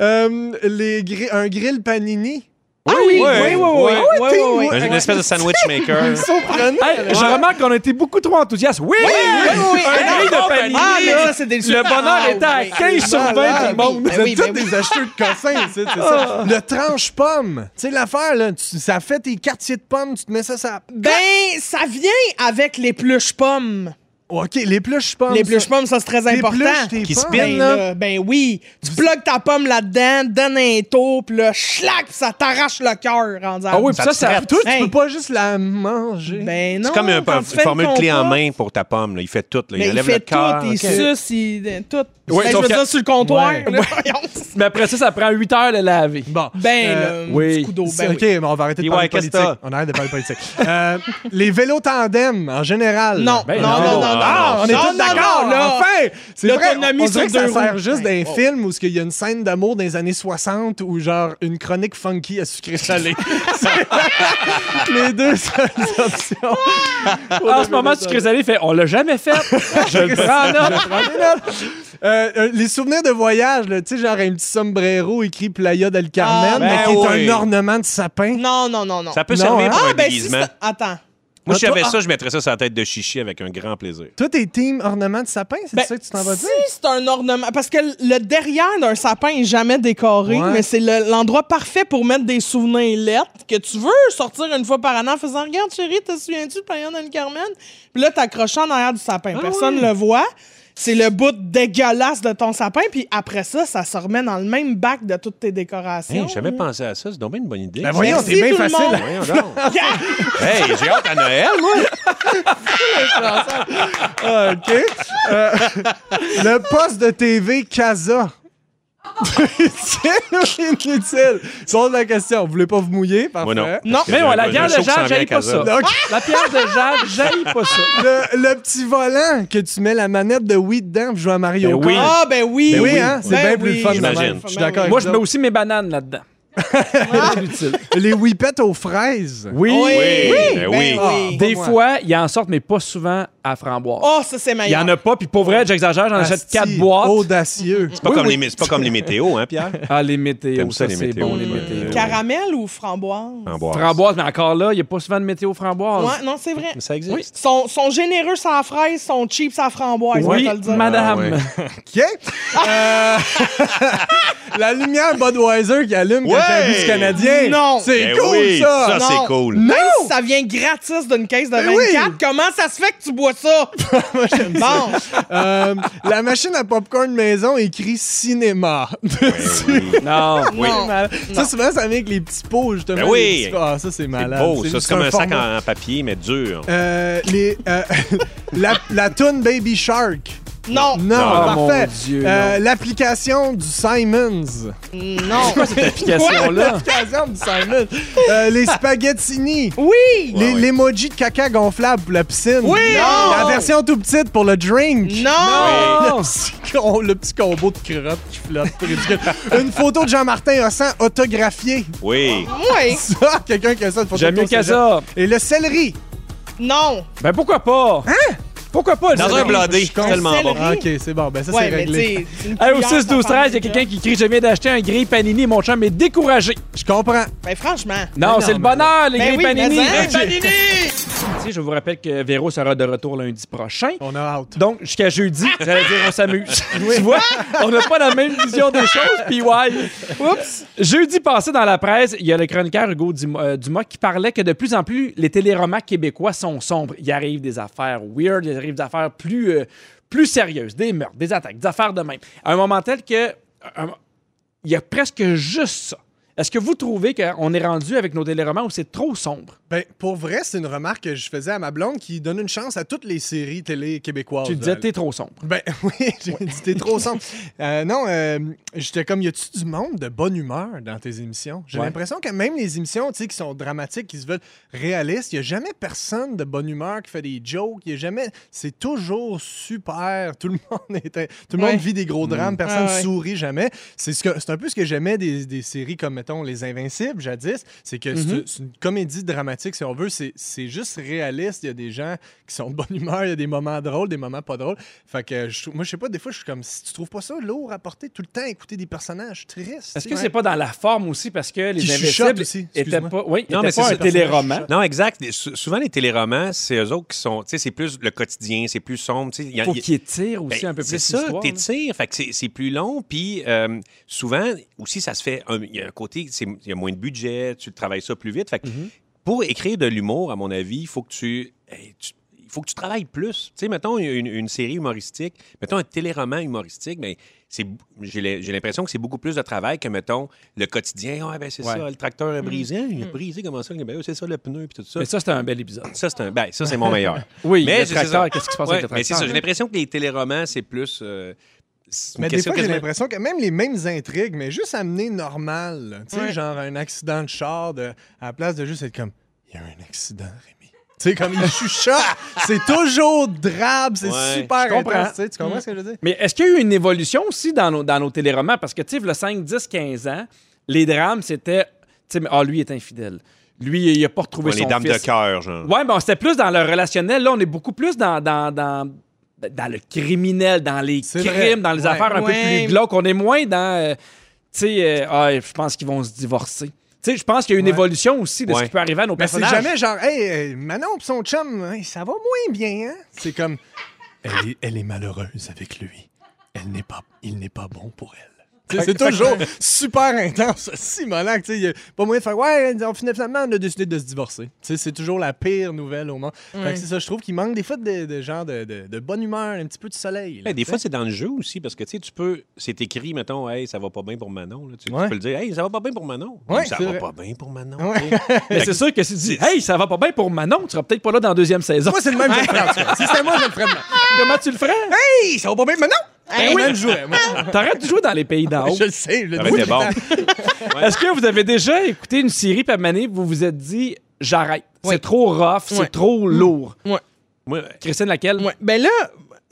Euh, les gri- un grill panini. Ah oui, oui, oui, oui. oui, Ouais. oui, oui, oui. Une espèce de sandwich (laughs) maker. Surprenant. Hey, Je remarque qu'on a été beaucoup trop enthousiastes. Oui! hein. oui, oui. Un Ah, grill de non, panini, ah, mais là. ça, c'est délicieux. Le bonheur Ah, était à oui. 15 sur 20 du Malade. monde. Ben Vous êtes oui, Ah. tous ben des acheteurs de cossins, c'est c'est ça. Le tranche-pomme. Tu sais, l'affaire, là, tu- ça fait tes quartiers de pommes, tu te mets ça, ça. Ben, ça vient avec les pluches pommes. OK, les pluches-pommes. Les pluches pommes, ça, c'est très important. Qui spin. Ben, là, ben oui, tu plugues ta pomme là-dedans, donne un tour, puis là, schlac, puis ça t'arrache le cœur en disant. Ah oui, puis ça, te ça. traite. Toi, tu Hey. peux pas juste la manger. Ben non. C'est comme un, quand une tu fais le formule clé en compas, main pour ta pomme. là. Il fait tout. là. Il mais il enlève fait le tout, cœur. il suce, il. Tout. Ouais, Ben, je sauf veux que- dire, sur le comptoir. Ouais. (laughs) là, voyons. Mais après ça, ça prend 8 heures de laver. Bon. Ben, Euh, là, un oui. petit coup d'eau. Ben, OK, oui. mais on va arrêter de Et parler ouais, qu'est-ce politique. que t'as? On arrête de parler politique. Euh, les vélos tandem, en général. Non, Ben, non, non, non, non, non, Ah, on est non, tous non, d'accord, non, là! non. Enfin! C'est Là, vrai, ton ami on dirait que sur ça deux sert roues. juste d'un film où il y a une scène d'amour dans les années 60 ou genre une chronique funky à sucré (laughs) salé. C'est les deux seules options. Ah, ben, En ce moment, Sucré Salé fait On l'a jamais (laughs) fait. Je le prends en note. Ah, ben Euh, euh, les souvenirs de voyage, là, tu sais, genre un petit sombrero écrit Playa del Carmen, Ah, mais ben qui est oui. un ornement de sapin. Non, non, non, non. Ça peut Non, servir hein? pour un ah, ben si déguisement. ça- Attends. Moi, si Ah, toi, j'avais ah. ça, je mettrais ça sur la tête de chichi avec un grand plaisir. Toi, t'es team ornement de sapin, c'est Ben, ça que tu t'en vas si dire? c'est un ornement, parce que le derrière d'un sapin est jamais décoré, Ouais. mais c'est le- l'endroit parfait pour mettre des souvenirs lettres que tu veux sortir une fois par an en faisant Regarde, chérie, te souviens-tu de Payan del Carmen? Puis là, t'accroches en arrière du sapin. Ah Personne le voit. C'est le bout dégueulasse de ton sapin, puis après ça, ça se remet dans le même bac de toutes tes décorations. Hey, j'avais pensé à ça, c'est donc bien une bonne idée. Ben voyons, Merci, c'est bien tout le facile. monde. Voyons donc. (laughs) hey, j'ai hâte à Noël, moi. Ah, OK. Euh, (laughs) le poste de TV Casa. (laughs) Utile ou inutile? Pose la question. Vous voulez pas vous mouiller? Parfait. Moi, non. Non, Parce que Mais j'ai ouais, un- la j'ai un pierre show de qui s'en vient à Jade, j'aille pas ça. Casa. Donc, La pierre de Jade, j'aille pas ça. le, le petit volant que tu mets la manette de Wii dedans pour jouer à Mario Kart. Ben oui. Ah, ben oui! oui, hein? C'est bien plus le fun. de j'imagine. même. Je suis d'accord avec Moi, je vous mets autres. aussi mes bananes là-dedans. Les Whippets aux fraises. Oui. Oui, ben oui. ben oui. Des Pas moi. fois, il y en sortent, mais pas souvent à framboise. Oh, ça, c'est meilleur. Il y en a pas, puis pour vrai, j'exagère, j'en achète Asti, quatre boîtes. Ah, Audacieux. C'est pas, comme les mé- c'est pas comme les météos, hein, Pierre? Ah, les météos, T'aimes ça, ça, les c'est météos, bon, les ouais. météos. Car- Caramel ou framboise? Framboise. Framboise, mais encore là, il n'y a pas souvent de météo framboise. Ouais, non, c'est vrai. Mais ça existe. Ils sont, sont généreux sans fraises, sont cheap sans framboise. Oui, on va te le dire. madame. Ah, ouais. OK. Euh, (laughs) la lumière Budweiser qui allume quand Ouais. t'as un bus canadien. Non. C'est Ben cool, oui, ça. Ça, Non. c'est cool. Non. Même si ça vient gratis d'une caisse de 24, oui. comment ça se fait que tu bois ça? bon, Euh, la machine à popcorn maison écrit (laughs) cinéma. (laughs) Non. Ben Oui. non. ça, souvent, ça vient avec les petits pots, justement. Ben oui. les petits- Ah, ça, c'est C'est malade. beau, ça. C'est comme un sac format. en en papier, mais dur. Euh, les, euh, (laughs) la, la toune Baby Shark. Non, Non, Ah, parfait. mon Dieu, Euh, L'application du Simons. non. (laughs) Application-là. L'application du Simons. Euh, (laughs) les spaghettini. Oui! Les L'emoji de caca gonflable pour la piscine. Oui! Non. La version tout petite pour le drink. Non! Euh, Le petit, com- le petit combo de crottes qui flotte. ridicule. Une photo de Jean-Martin Hossan autographiée. (laughs) oh! Oui. Oui! Ça, quelqu'un qui a ça, une photo J'aime de mieux ton qu'à cégep. ça. Et le céleri. Non! Ben pourquoi pas? Hein? Pourquoi pas? le Dans un céleri? blindé, suis con. tellement bon. Ah, ok, c'est bon. Ben, ça, Ouais, c'est mais réglé. tu sais, une Hey, au cuillère, 6, 12, ça 13, il y parle a déjà. quelqu'un qui crie Je viens d'acheter un grille panini, mon chum est découragé. Je comprends. Ben, franchement. Non, non, c'est le mais- bonheur, les Ben grilles oui, panini. mais hein? Tu sais, Je vous rappelle que Véro sera de retour lundi prochain. On a out. Donc, jusqu'à jeudi, j'allais dire on s'amuse. tu vois, on n'a pas la même vision des choses, puis ouais. Oups. Jeudi passé dans la presse, il y a le chroniqueur Hugo Dumas, euh, Dumas qui parlait que de plus en plus, les téléromans québécois sont sombres. Il arrive des affaires weird, il arrive des affaires plus, euh, plus sérieuses, des meurtres, des attaques, des affaires de même. À un moment tel que... un- il y a presque juste ça. Est-ce que vous trouvez qu'on est rendu avec nos téléromans où c'est trop sombre? Ben, pour vrai, c'est une remarque que je faisais à ma blonde qui donne une chance à toutes les séries télé québécoises. Tu disais, Euh, t'es trop sombre. Ben (laughs) oui, j'ai dit t'es trop sombre. Euh, non, euh, j'étais comme, y a-tu du monde de bonne humeur dans tes émissions? J'ai Ouais. l'impression que même les émissions tu sais, qui sont dramatiques, qui se veulent réalistes, y a jamais personne de bonne humeur qui fait des jokes. Y a jamais. C'est toujours super. Tout le (laughs) monde est, un- tout le Ouais. monde vit des gros drames. Personne Ah ouais. sourit jamais. C'est ce que- c'est un peu ce que j'aimais des, des séries comme mettons Les Invincibles jadis. C'est que Mm-hmm. c'est- c'est une comédie dramatique si on veut. C'est c'est juste réaliste. Il y a des gens qui sont de bonne humeur. Il y a des moments drôles, des moments pas drôles. Fait que je, trou- moi, je sais pas, des fois, je suis comme, si tu trouves pas ça lourd à porter tout le temps, écouter des personnages tristes. Est-ce que Ouais. c'est pas dans la forme aussi parce que les Qui chuchote Invincibles aussi, étaient excuse-moi. pas, oui, Non, étaient mais c'est pas ça, un le personnage téléroman. Non, exact. Et sou- Souvent, les téléromans, c'est eux autres qui sont. Tu sais, c'est plus le quotidien, c'est plus sombre. tu sais, il y a- Faut il- qu'il étire aussi Ben, un peu plus C'est ça, l'histoire, là. t'étires. Fait que c'est c'est plus long. Puis euh, souvent, aussi, ça se fait. un- Il y a un côté, c'est- il y a moins de budget, tu travailles ça plus vite. Fait que Mhm. pour écrire de l'humour, à mon avis, il faut que tu. hey, tu- il faut que tu travailles plus. Tu sais, mettons une, une série humoristique, mettons un téléroman humoristique, mais c'est bou- j'ai l'ai- j'ai l'impression que c'est beaucoup plus de travail que, mettons, le quotidien. Ah, ben c'est Ouais. ça, le tracteur a brisé. Ah, Il a brisé, comment ça? Ben, c'est ça, le pneu, puis tout ça. Mais ça c'était un bel épisode. Ça, c'est un. Ben, ça, c'est mon meilleur. (laughs) Oui, le c'est- tracteur, c'est ça. qu'est-ce qui se passe Ouais, avec le Mais c'est tracteur? ça, j'ai l'impression que les téléromans, c'est plus. euh, c'est une Mais des question fois, j'ai quasiment- l'impression que même les mêmes intrigues, mais juste amener normal, là. tu sais, genre un accident de char, de- à la place de juste être comme, il y a un accident, Rémi. Tu sais, comme il (laughs) chuchote, c'est toujours drabe, c'est Ouais. super Je comprends. intense. Tu sais, tu comprends ce que je veux dire? Mais est-ce qu'il y a eu une évolution aussi dans nos, dans nos téléromans? Parce que, tu sais, le 5, 10, 15 ans, les drames, c'était. Tu sais, mais, ah, lui est infidèle. Lui, il a pas retrouvé son les dames fils. de cœur, genre. Ouais, mais on- c'était plus dans le relationnel. Là, on est beaucoup plus dans, dans, dans, dans le criminel, dans les C'est crimes, vrai. dans les Ouais. affaires un Ouais. peu plus glauques. On est moins dans. euh, tu sais, euh, ah, je pense qu'ils vont se divorcer. Tu sais, je pense qu'il y a une Ouais. évolution aussi de ce Ouais. qui peut arriver à nos Mais Ben, c'est personnages. jamais genre, hey, euh, Manon pis son chum, hein, ça va moins bien, hein? C'est comme, elle est, elle est malheureuse avec lui. Elle n'est pas, il n'est pas bon pour elle. Tu sais, C'est toujours super intense, (laughs) Simonac. tu sais, y a Pas moyen de faire Ouais, euh, on- finalement, on a décidé de se divorcer. Tu sais, C'est toujours la pire nouvelle au monde. Fait que C'est ça, je trouve qu'il manque des fois de, de genre de, de- de bonne humeur, un petit peu de soleil. là, Hey, Ben, des tu fois, c'est dans le jeu aussi, parce que tu sais, tu peux. C'est écrit, mettons, hey, ça va pas bien pour Manon. là. Tu, tu Ouais. peux le dire, hey, ça va pas bien pour Manon. Ouais, Ou, ça c'est va vrai. pas bien pour Manon. Ouais. tu sais. Mais c'est sûr que si tu dis, hey, ça va pas bien pour Manon, tu seras peut-être pas là dans la deuxième saison. Hein? Moi, c'est le même que je le ferais, en tout cas. Si c'était moi, je le ferais. de même. Comment tu le ferais? Hey, ça va pas bien maintenant? Eh Ben oui. je jouerais, moi. T'arrêtes de jouer dans les pays d'en haut. (laughs) Je le sais, je le Ça dis aurait été tout le bon. temps. Est-ce que vous avez déjà écouté une série, puis à un moment donné, vous vous êtes dit, j'arrête. C'est trop rough, Ouais. c'est trop Mm. lourd. Moi, Christine, laquelle? Ouais. Ben là,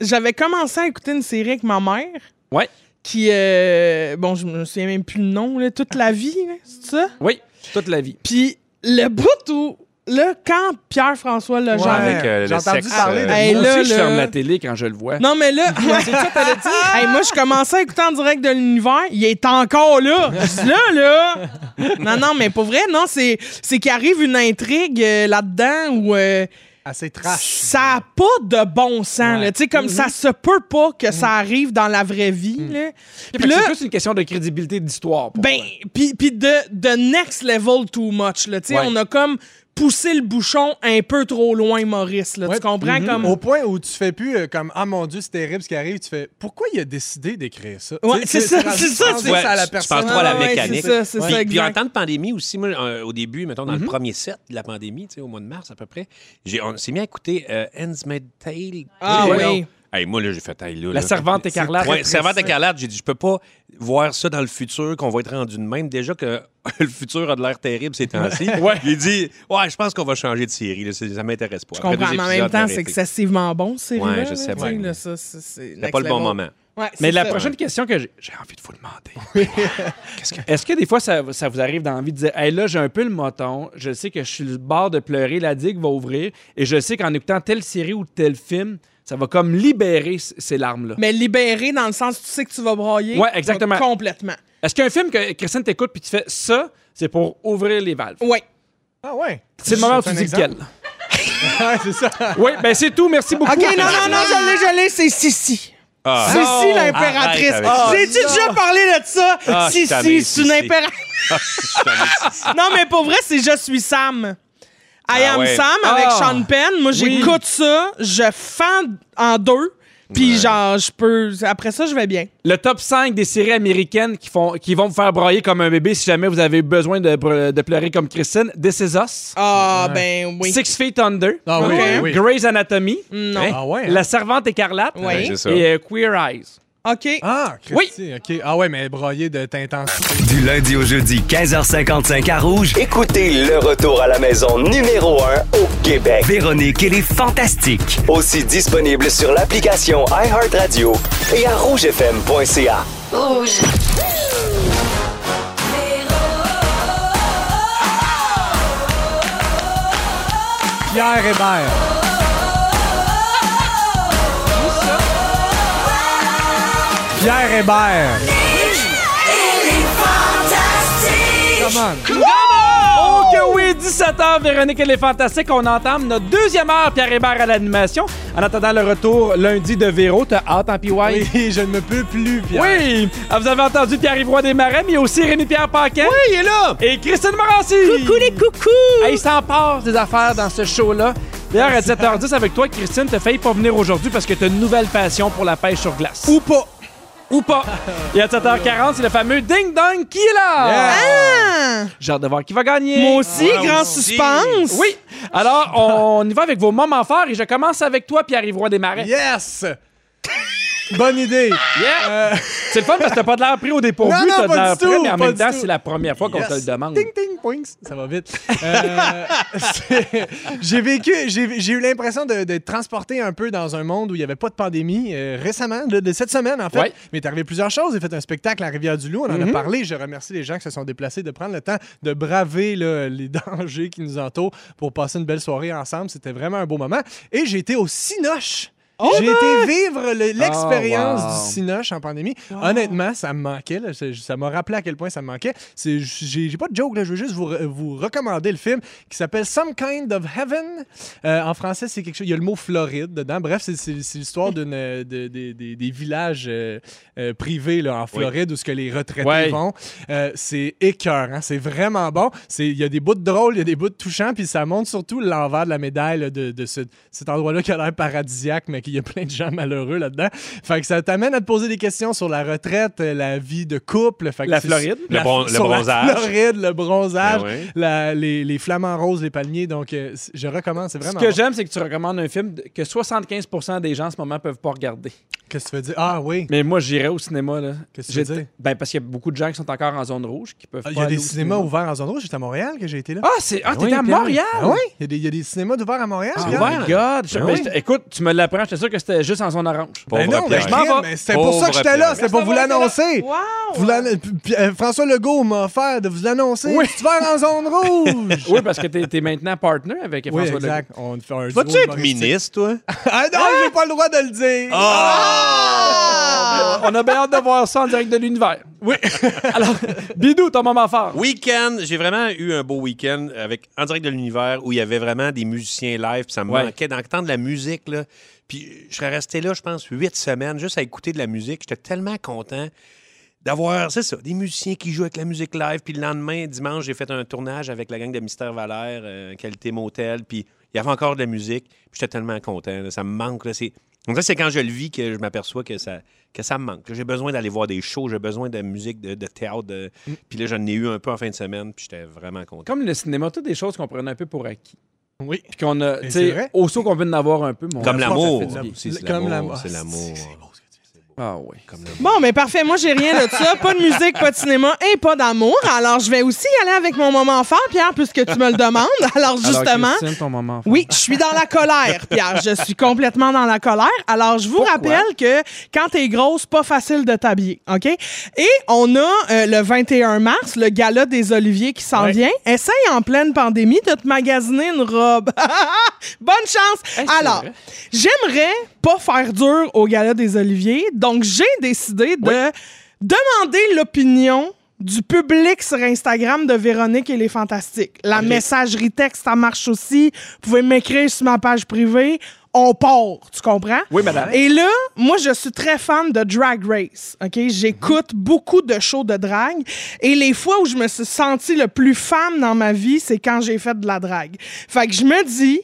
j'avais commencé à écouter une série avec ma mère Ouais. qui, euh, bon, je me souviens même plus le nom, là, toute la vie, là, c'est ça? Oui, toute la vie. Puis le bout où, là, quand Pierre-François Legendre... Ouais. avec euh, le J'ai entendu sexe, parler euh, de- Hey, Moi là, aussi, je là. ferme la télé quand je le vois. Non, (laughs) mais là, c'est ça t'allais dire? (laughs) moi, je commençais à écouter en direct de l'univers. Il est encore là. Je dis là, là. Non, non, mais pour vrai, non, c'est, c'est qu'il arrive une intrigue euh, là-dedans où euh, Assez Ah, trash. ça n'a pas de bon sens. là. Tu sais, comme ça se peut pas que ça arrive dans la vraie vie. là. Fait Puis que là, C'est juste une question de crédibilité d'histoire. pour ben, moi. puis, puis de, de next level too much. Là. Tu sais, Ouais. On a comme poussé le bouchon un peu trop loin, Maurice. Là. Ouais. Tu comprends? Mhm. comme... Au point où tu fais plus euh, comme Ah mon Dieu, c'est terrible ce qui arrive, tu fais Pourquoi il a décidé d'écrire ça Ouais, Tu c'est sais, ça, rendu- c'est ça, rendu c'est- à la tu- tu personne. Ah, penses trop à la Ouais, ouais, mécanique. c'est ça, c'est ça, puis, puis en exact. temps de pandémie aussi, moi, euh, au début, mettons, dans le premier set de la pandémie, tu sais, au mois de mars à peu près, j'ai- on s'est mis à écouter euh, Handmaid's Tale. Ah Ouais. oui. Hey, moi, là, j'ai fait taille, là. La là. servante écarlate. Ouais, servante écarlate, j'ai dit, je peux pas voir ça dans le futur, qu'on va être rendu de même. Déjà que (laughs) le futur a de l'air terrible ces temps-ci. Ouais. J'ai dit, ouais, je pense qu'on va changer de série, là, c'est- ça m'intéresse pas. Je Après comprends, deux mais en même épisodes, temps, j'ai c'est arrêté. excessivement bon, c'est Ouais, je sais bien. ça, c'est- c'est C'était next pas le bon level. moment. Ouais, Mais c'est la ça. prochaine question que j'ai, j'ai envie de vous (laughs) demander. Qu'est-ce que- Est-ce que des fois, ça, ça vous arrive d'envie de dire Hey, là, j'ai un peu le moton, je sais que je suis le bord de pleurer, la digue va ouvrir, et je sais qu'en écoutant telle série ou tel film, ça va comme libérer c- ces larmes-là. Mais libéré dans le sens où tu sais que tu vas broyer. Ouais, exactement. Complètement. Est-ce qu'il y a un film que Christine t'écoute puis tu fais ça, c'est pour ouvrir les valves? Ouais. Ah ouais. (laughs) C'est le moment où C'est tu un dis exemple. lequel. Ouais, c'est ça. Oui, ben c'est tout, merci beaucoup. OK, non, non, non, je l'ai, je l'ai, c'est Sissi. Ah. Sissi, Arrête l'impératrice. avec ça. J'ai-tu déjà parlé de ça? Ah, je suis Sissi, tanné, c'est une Sissi. impératrice. (laughs) Ah, non, mais pour vrai, c'est Je suis Sam. I Ah am ouais. Sam avec Ah. Sean Penn. Moi, j'écoute ça, je fends en deux, puis genre, je peux. Après ça, je vais bien. Le top 5 des séries américaines qui, font, qui vont vous faire broyer comme un bébé si jamais vous avez besoin de, bre- de pleurer comme Christine. This Is Us. Ah, ben oui. Six Feet Under. Ah oui, Ok. oui. Grey's Anatomy. Non. Hein? Ah ouais. hein? La Servante Écarlate. Ouais. c'est ça. Et euh, Queer Eyes. OK. Ah, Oui. Christy, OK. Ah ouais, mais broyer de t'intensité. Du lundi au jeudi, 15h55 à Rouge. Écoutez le retour à la maison numéro 1 au Québec. Véronique et les Fantastiques. Aussi disponible sur l'application iHeartRadio et à rougefm.ca. Pierre Hébert. Pierre Hébert. Come on. Oh que oui, 17h, Véronique et les Fantastiques. On entame notre deuxième heure, Pierre Hébert à l'animation. En attendant le retour lundi de Véro, t'as hâte en PY? Oui, je ne me peux plus, Pierre. Oui! Ah, vous avez entendu Pierre-Yvroy Desmarais, mais il y a aussi Rémi-Pierre Paquin. Oui, il est là! Et Christine Morancy! Coucou les coucous! il s'en passe des affaires dans ce show-là. D'ailleurs, à 7h10 avec toi, Christine, t'as failli pas venir aujourd'hui parce que t'as une nouvelle passion pour la pêche sur glace. Ou pas. Ou pas! (laughs) Et à 7h40, c'est le fameux Ding Dong qui est là! J'ai hâte de voir qui va gagner! Moi aussi, grand suspense. (laughs) Oui! Alors, on y va avec vos moments forts et je commence avec toi, Pierre-Yvroy Desmarais. Yes! Bonne idée. Yeah. C'est le fun parce que t'as pas de l'air pris au dépourvu, Non, non, t'as de pas l'air du tout, prêt, mais en pas même du temps, tout. c'est la première fois qu'on Yes. te le demande. Ting, ting, poings, ça va vite. Euh, (laughs) c'est- j'ai vécu, j'ai j'ai eu l'impression de- d'être transporté un peu dans un monde où il n'y avait pas de pandémie. euh, récemment, là, de cette semaine, en fait, Ouais. mais est arrivé plusieurs choses. J'ai fait un spectacle à Rivière-du-Loup, on en a parlé. Je remercie les gens qui se sont déplacés de prendre le temps de braver là, les (laughs) dangers qui nous entourent pour passer une belle soirée ensemble. C'était vraiment un beau moment. Et j'ai été au Cinoche. J'ai été vivre le- l'expérience Oh, wow. du Cinoche en pandémie. Honnêtement, ça me manquait. là. C'est- Ça m'a rappelé à quel point ça me manquait. C'est- J'ai j'ai pas de joke, là. je veux juste vous, re- vous recommander le film qui s'appelle Some Kind of Heaven. Euh, en français, c'est quelque chose. Il y a le mot Floride dedans. Bref, c'est- c'est c'est l'histoire d'une de- de- des- des- des villages euh, euh, privés là, en Floride où ce que les retraités Ouais. vont. Euh, c'est écœurant, c'est vraiment bon. C'est- Il y a des bouts de drôles, il y a des bouts de touchants, puis ça montre surtout l'envers de la médaille là, de, de ce- cet endroit-là qui a l'air paradisiaque, mais qu'il y a plein de gens malheureux là-dedans. Fait que ça t'amène à te poser des questions sur la retraite, euh, la vie de couple. Fait que La c'est- Floride. Le bron- le sur la bronzage. Floride, le bronzage, Ben oui. la- les, les flamants roses, les palmiers. Donc, euh, c- je recommande, c'est vraiment Ce que bon. j'aime, c'est que tu recommandes un film que 75 des gens en ce moment peuvent pas regarder. Qu'est-ce que tu veux dire? Ah oui, Mais moi, j'irais au cinéma. là. Qu'est-ce que tu veux J'étais- dire? Ben, parce qu'il y a beaucoup de gens qui sont encore en zone rouge qui peuvent Ah, il y pas a aller des au cinémas cinéma. ouverts en zone rouge. J'étais à Montréal que j'ai été là. Ah, c'est... ah t'étais oui, à Pierre. Montréal! Ah oui? Il y a des- il y, a des cinémas d'ouverts à Montréal. Ah, Pierre. oh my God! Je- Ben ben, oui. j'étais- écoute, tu me l'apprends. J'étais sûr que c'était juste en (laughs) zone orange. Pauvre Ben non, mais Pierre. je m'en vais. vais. C'était pour Pauvre ça que j'étais là, Pierre. c'était pour Ah vous l'annoncer. Wow! Vous l'ann- P- P- euh, François Legault m'a offert de vous l'annoncer. Oui. Tu vas en zone rouge. Oui, parce que t'es es maintenant partner avec Oui, François exact. On fait un Vas-tu duo être humoristique. ministre, toi? Ah non, j'ai pas le droit de le dire. Oh! Ah! Legault. Euh, On a bien hâte de voir ça en direct de l'univers. Oui. (laughs) Alors, Bidou, ton moment fort. Week-end, j'ai vraiment eu un beau week-end avec En direct de l'univers où il y avait vraiment des musiciens live, puis ça me Ouais. manquait d'entendre de la musique là. Puis je serais resté là, je pense, huit semaines juste à écouter de la musique. J'étais tellement content d'avoir, c'est ça, des musiciens qui jouent avec la musique live. Puis le lendemain, dimanche, j'ai fait un tournage avec la gang de Mystère Valère, euh, Qualité Motel, puis il y avait encore de la musique. Puis j'étais tellement content, là. ça me manque là. C'est on dirait que c'est quand je le vis que je m'aperçois que ça, que ça me manque. que J'ai besoin d'aller voir des shows, j'ai besoin de musique, de, de théâtre. de- Puis là, j'en ai eu un peu en fin de semaine, puis j'étais vraiment content. Comme le cinéma, toutes des choses qu'on prenait un peu pour acquis. Oui. Puis qu'on a, Mais tu c'est sais, vrai. au saut qu'on peut en avoir un peu. mais on- Comme l'amour. ça fait du bien. C'est- c'est Comme l'amour. l'amour. C'est l'amour. Ah oui. Bon, mais parfait. Moi, j'ai rien de ça. Pas de musique, pas de cinéma et pas d'amour. Alors, je vais aussi y aller avec mon moment fort, Pierre, puisque tu me le demandes. Alors, Alors, justement. Christine, ton moment fort. Oui, je suis dans la colère, Pierre. Je suis complètement dans la colère. Alors, je vous rappelle que quand t'es grosse, pas facile de t'habiller, OK? Et on a euh, le 21 mars, le gala des Oliviers qui s'en vient. Essaye en pleine pandémie de te magasiner une robe. (laughs) Bonne chance! Hey, Eh, c'est Alors, vrai. j'aimerais pas faire dur au gala des Oliviers, donc j'ai décidé de demander l'opinion du public sur Instagram de Véronique et les Fantastiques. La messagerie texte, ça marche aussi. Vous pouvez m'écrire sur ma page privée. On part, tu comprends? Oui, madame. Et là, moi, je suis très fan de Drag Race. OK? J'écoute beaucoup de shows de drague. Et les fois où je me suis sentie le plus femme dans ma vie, c'est quand j'ai fait de la drague. Fait que je me dis,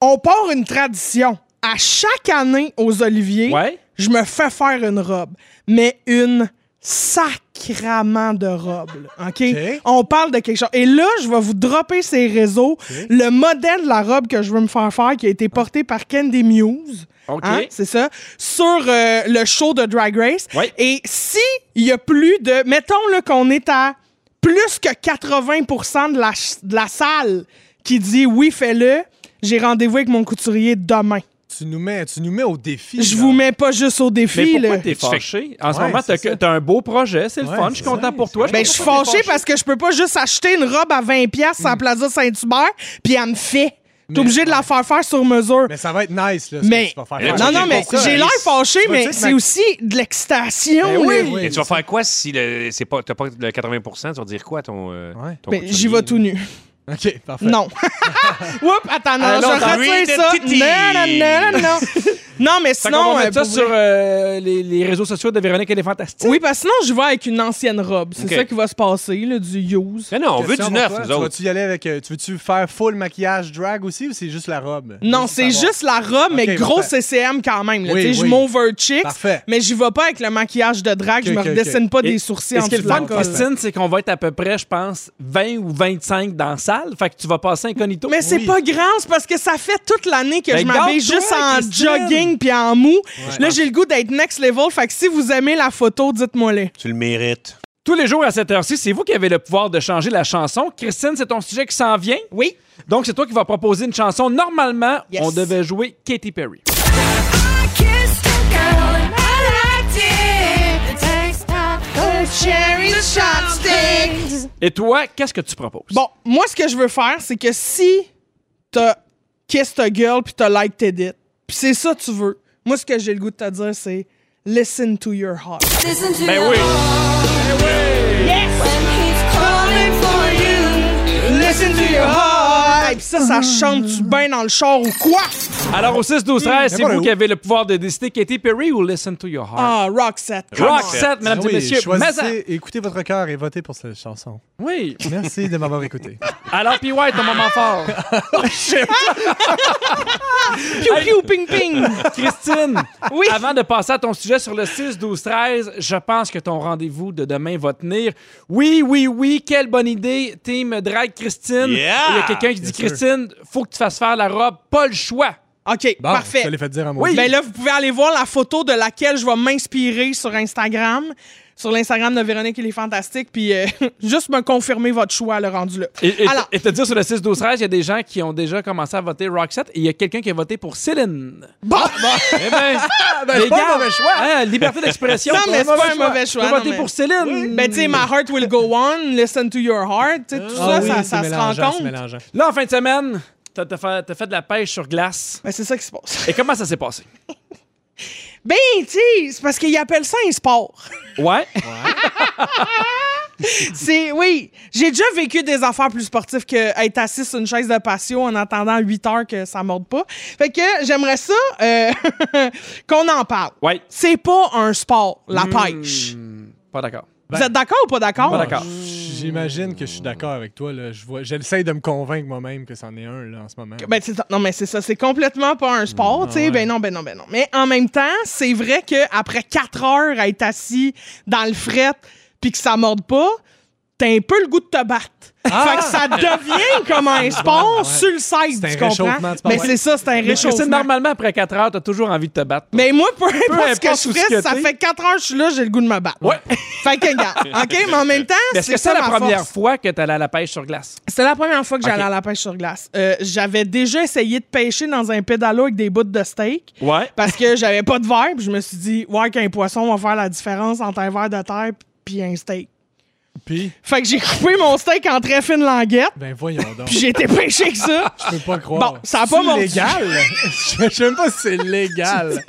on part une tradition. À chaque année aux Oliviers, Ouais. je me fais faire une robe, mais une sacrament de robe. là, OK? OK. On parle de quelque chose. Et là, je vais vous dropper ces réseaux. Le modèle de la robe que je veux me faire faire, qui a été porté par Candy Muse. OK. Hein, c'est ça. Sur euh, le show de Drag Race. Ouais. Et si il y a plus de. Mettons là, qu'on est à plus que 80 de la, ch- de la salle qui dit oui, fais-le, j'ai rendez-vous avec mon couturier demain. Tu nous mets, tu nous mets au défi. Je là. vous mets pas juste au Mais défi. pourquoi là. t'es fâché? En ce Ouais, moment, t'as c'est que- ça. t'as un beau projet, c'est le Ouais, fun, je suis c'est content ça, pour toi. Ben, je suis fâchée parce que je peux pas juste acheter une robe à 20$ piastres Mm. à la Plaza Saint-Hubert, puis elle me fait. T'es obligé de la faire faire sur mesure. Mais ça va être nice, là. ce Mais- que tu vas faire. Faut Mais- non, que non, tu mais fasses ça, j'ai l'air Alice. fâché, Tu vas mais dire, c'est Max- aussi de l'excitation. Ben oui. là. Et tu vas faire quoi si le- c'est pas, t'as pas le 80 Tu vas dire quoi ton. euh, Ouais. ton Ben, couturier? j'y vais tout nu. OK, parfait. Non. (laughs) Oups, attends, non, Allons je dans retire ça. Read the Titty. Non, non, non, (laughs) non, non. Non, mais Fait qu'on sinon... va euh, mettre ça pour sur vrai- euh, les, les réseaux sociaux de Véronique et les Fantastiques. Oui, parce que sinon, je vais avec une ancienne robe. C'est Ok. ça qui va se passer, là, du use. Mais non, on veut du Question neuf, pour toi. nous Tu autres. vas-tu y aller avec. euh, Tu veux-tu faire full maquillage drag aussi ou c'est juste la robe? Non, c'est savoir. juste la robe, mais Ok, gros parfait. CCM quand même. là. Oui, Tu sais, Je oui. m'overchicks, Parfait. mais j'y vais pas avec le maquillage de drague. je Ok, me ok, ok. redessine pas Et- des sourcils Et en ce qui est le dessous de la fun, Flanco, colle. Christine, c'est qu'on va être à peu près, je pense, 20 ou 25 dans la salle. Fait que tu vas passer incognito. Mais c'est Oui. pas grand, c'est parce que ça fait toute l'année que Ben, je m'habille garde-toi, juste en Christine. jogging puis en mou. Là, j'ai le goût d'être next level. Fait que si vous aimez la photo, dites-moi-les. Tu le mérites. Tous les jours à cette heure-ci, c'est vous qui avez le pouvoir de changer la chanson. Christine, c'est ton sujet qui s'en vient. Oui. Donc, c'est toi qui vas proposer une chanson. Normalement, Yes. on devait jouer Katy Perry. Et toi, qu'est-ce que tu proposes? Bon, moi, ce que je veux faire, c'est que si t'as kiss ta girl puis t'as like tes it, puis c'est ça que tu veux, moi, ce que j'ai le goût de te dire, c'est listen to your heart. Ben oui. Listen to your heart! ah, Puis ça, ça chante-tu bien dans le char ou quoi? Alors, au 6-12-13, Hmm. c'est voilà vous où. qui avez le pouvoir de décider Katy Perry ou Listen to Your Heart. Ah, Roxette. Roxette, mesdames Ah oui, et messieurs. Mais- choisissez, écoutez votre cœur et votez pour cette chanson. Oui. Merci de m'avoir écouté. Alors, PY, ton moment fort. Piou, piou, ping, ping! Christine, (laughs) Oui. avant de passer à ton sujet sur le 6, 12, 13, je pense que ton rendez-vous de demain va tenir. Oui, oui, oui, quelle bonne idée. Team Drag Christine. Yeah. Il y a quelqu'un qui dit Christine, faut que tu fasses faire la robe, pas le choix. OK, Bon, parfait. Je te l'ai fait dire à moi. Oui. Ben là, vous pouvez aller voir la photo de laquelle je vais m'inspirer sur Instagram, sur l'Instagram de Véronique il est fantastique, puis euh, (laughs) juste me confirmer votre choix, le rendu là. Et, et- Alors- et te dire sur le 6, 12, 13, il y a des gens qui ont déjà commencé à voter Roxette et il y a quelqu'un qui a voté pour Céline. Bon! (laughs) Ah, Eh ben, c'est les pas un gars, mauvais choix. hein, liberté d'expression. Non, mais c'est pas un choix. mauvais choix, Tu peux non, voter mais- pour Céline. Ben, tu sais, My Heart Will Go On, Listen to Your Heart, tu sais, tout Ah ça, ça, ça se rencontre. Ben, Là, en fin de semaine, t'as t'as fait, t'as fait de la pêche sur glace. Ben, c'est ça qui se passe. Et comment ça s'est passé? Ben, tu sais, c'est parce qu'ils appellent ça un sport. Ouais. C'est, oui, j'ai déjà vécu des affaires plus sportives que être assis sur une chaise de patio en attendant 8 heures que ça morde pas. Fait que j'aimerais ça euh, (laughs) qu'on en parle. Ouais. C'est pas un sport, la pêche. Pas d'accord. Vous êtes d'accord ou pas d'accord? Hmm. Ben, Pas d'accord. J'imagine que je suis d'accord avec toi. là. Je vois- J'essaie de me convaincre moi-même que c'en est un là, en ce moment. Ben, c'est ça. non, mais c'est ça. C'est complètement pas un sport, tu sais. Ben non, ben non, ben non. Mais en même temps, c'est vrai qu'après quatre heures à être assis dans le fret puis que ça morde pas, t'as un peu le goût de te battre. Fait que ça devient comme un sport sur le site, C'est tu un comprends? réchauffement, tu parles, Mais ouais. c'est ça, c'est un Christine, réchauffement. normalement, après 4 heures, t'as toujours envie de te battre. Mais moi, peu importe, ce importe que je où ce que fais, ça t'es. fait quatre heures que je suis là, j'ai le goût de me battre. Ouais. Fait que, regarde, OK? Mais en même temps, Mais Est-ce que c'est c'est ça la ma première force. fois que t'allais à la pêche sur glace? C'était la première fois que j'allais Ok. à la pêche sur glace. Euh, j'avais déjà essayé de pêcher dans un pédalo avec des bouts de steak. Ouais. Parce que j'avais pas de verre, puis je me suis dit, ouais, qu'un poisson va faire la différence entre un verre de terre puis un steak. Puis, Fait que j'ai coupé mon steak en très fine languette, ben voyons donc. puis j'ai été (laughs) pêché avec ça. Je peux pas croire. Bon, ça a pas C'est mordu. légal. (laughs) je je sais même pas si c'est légal.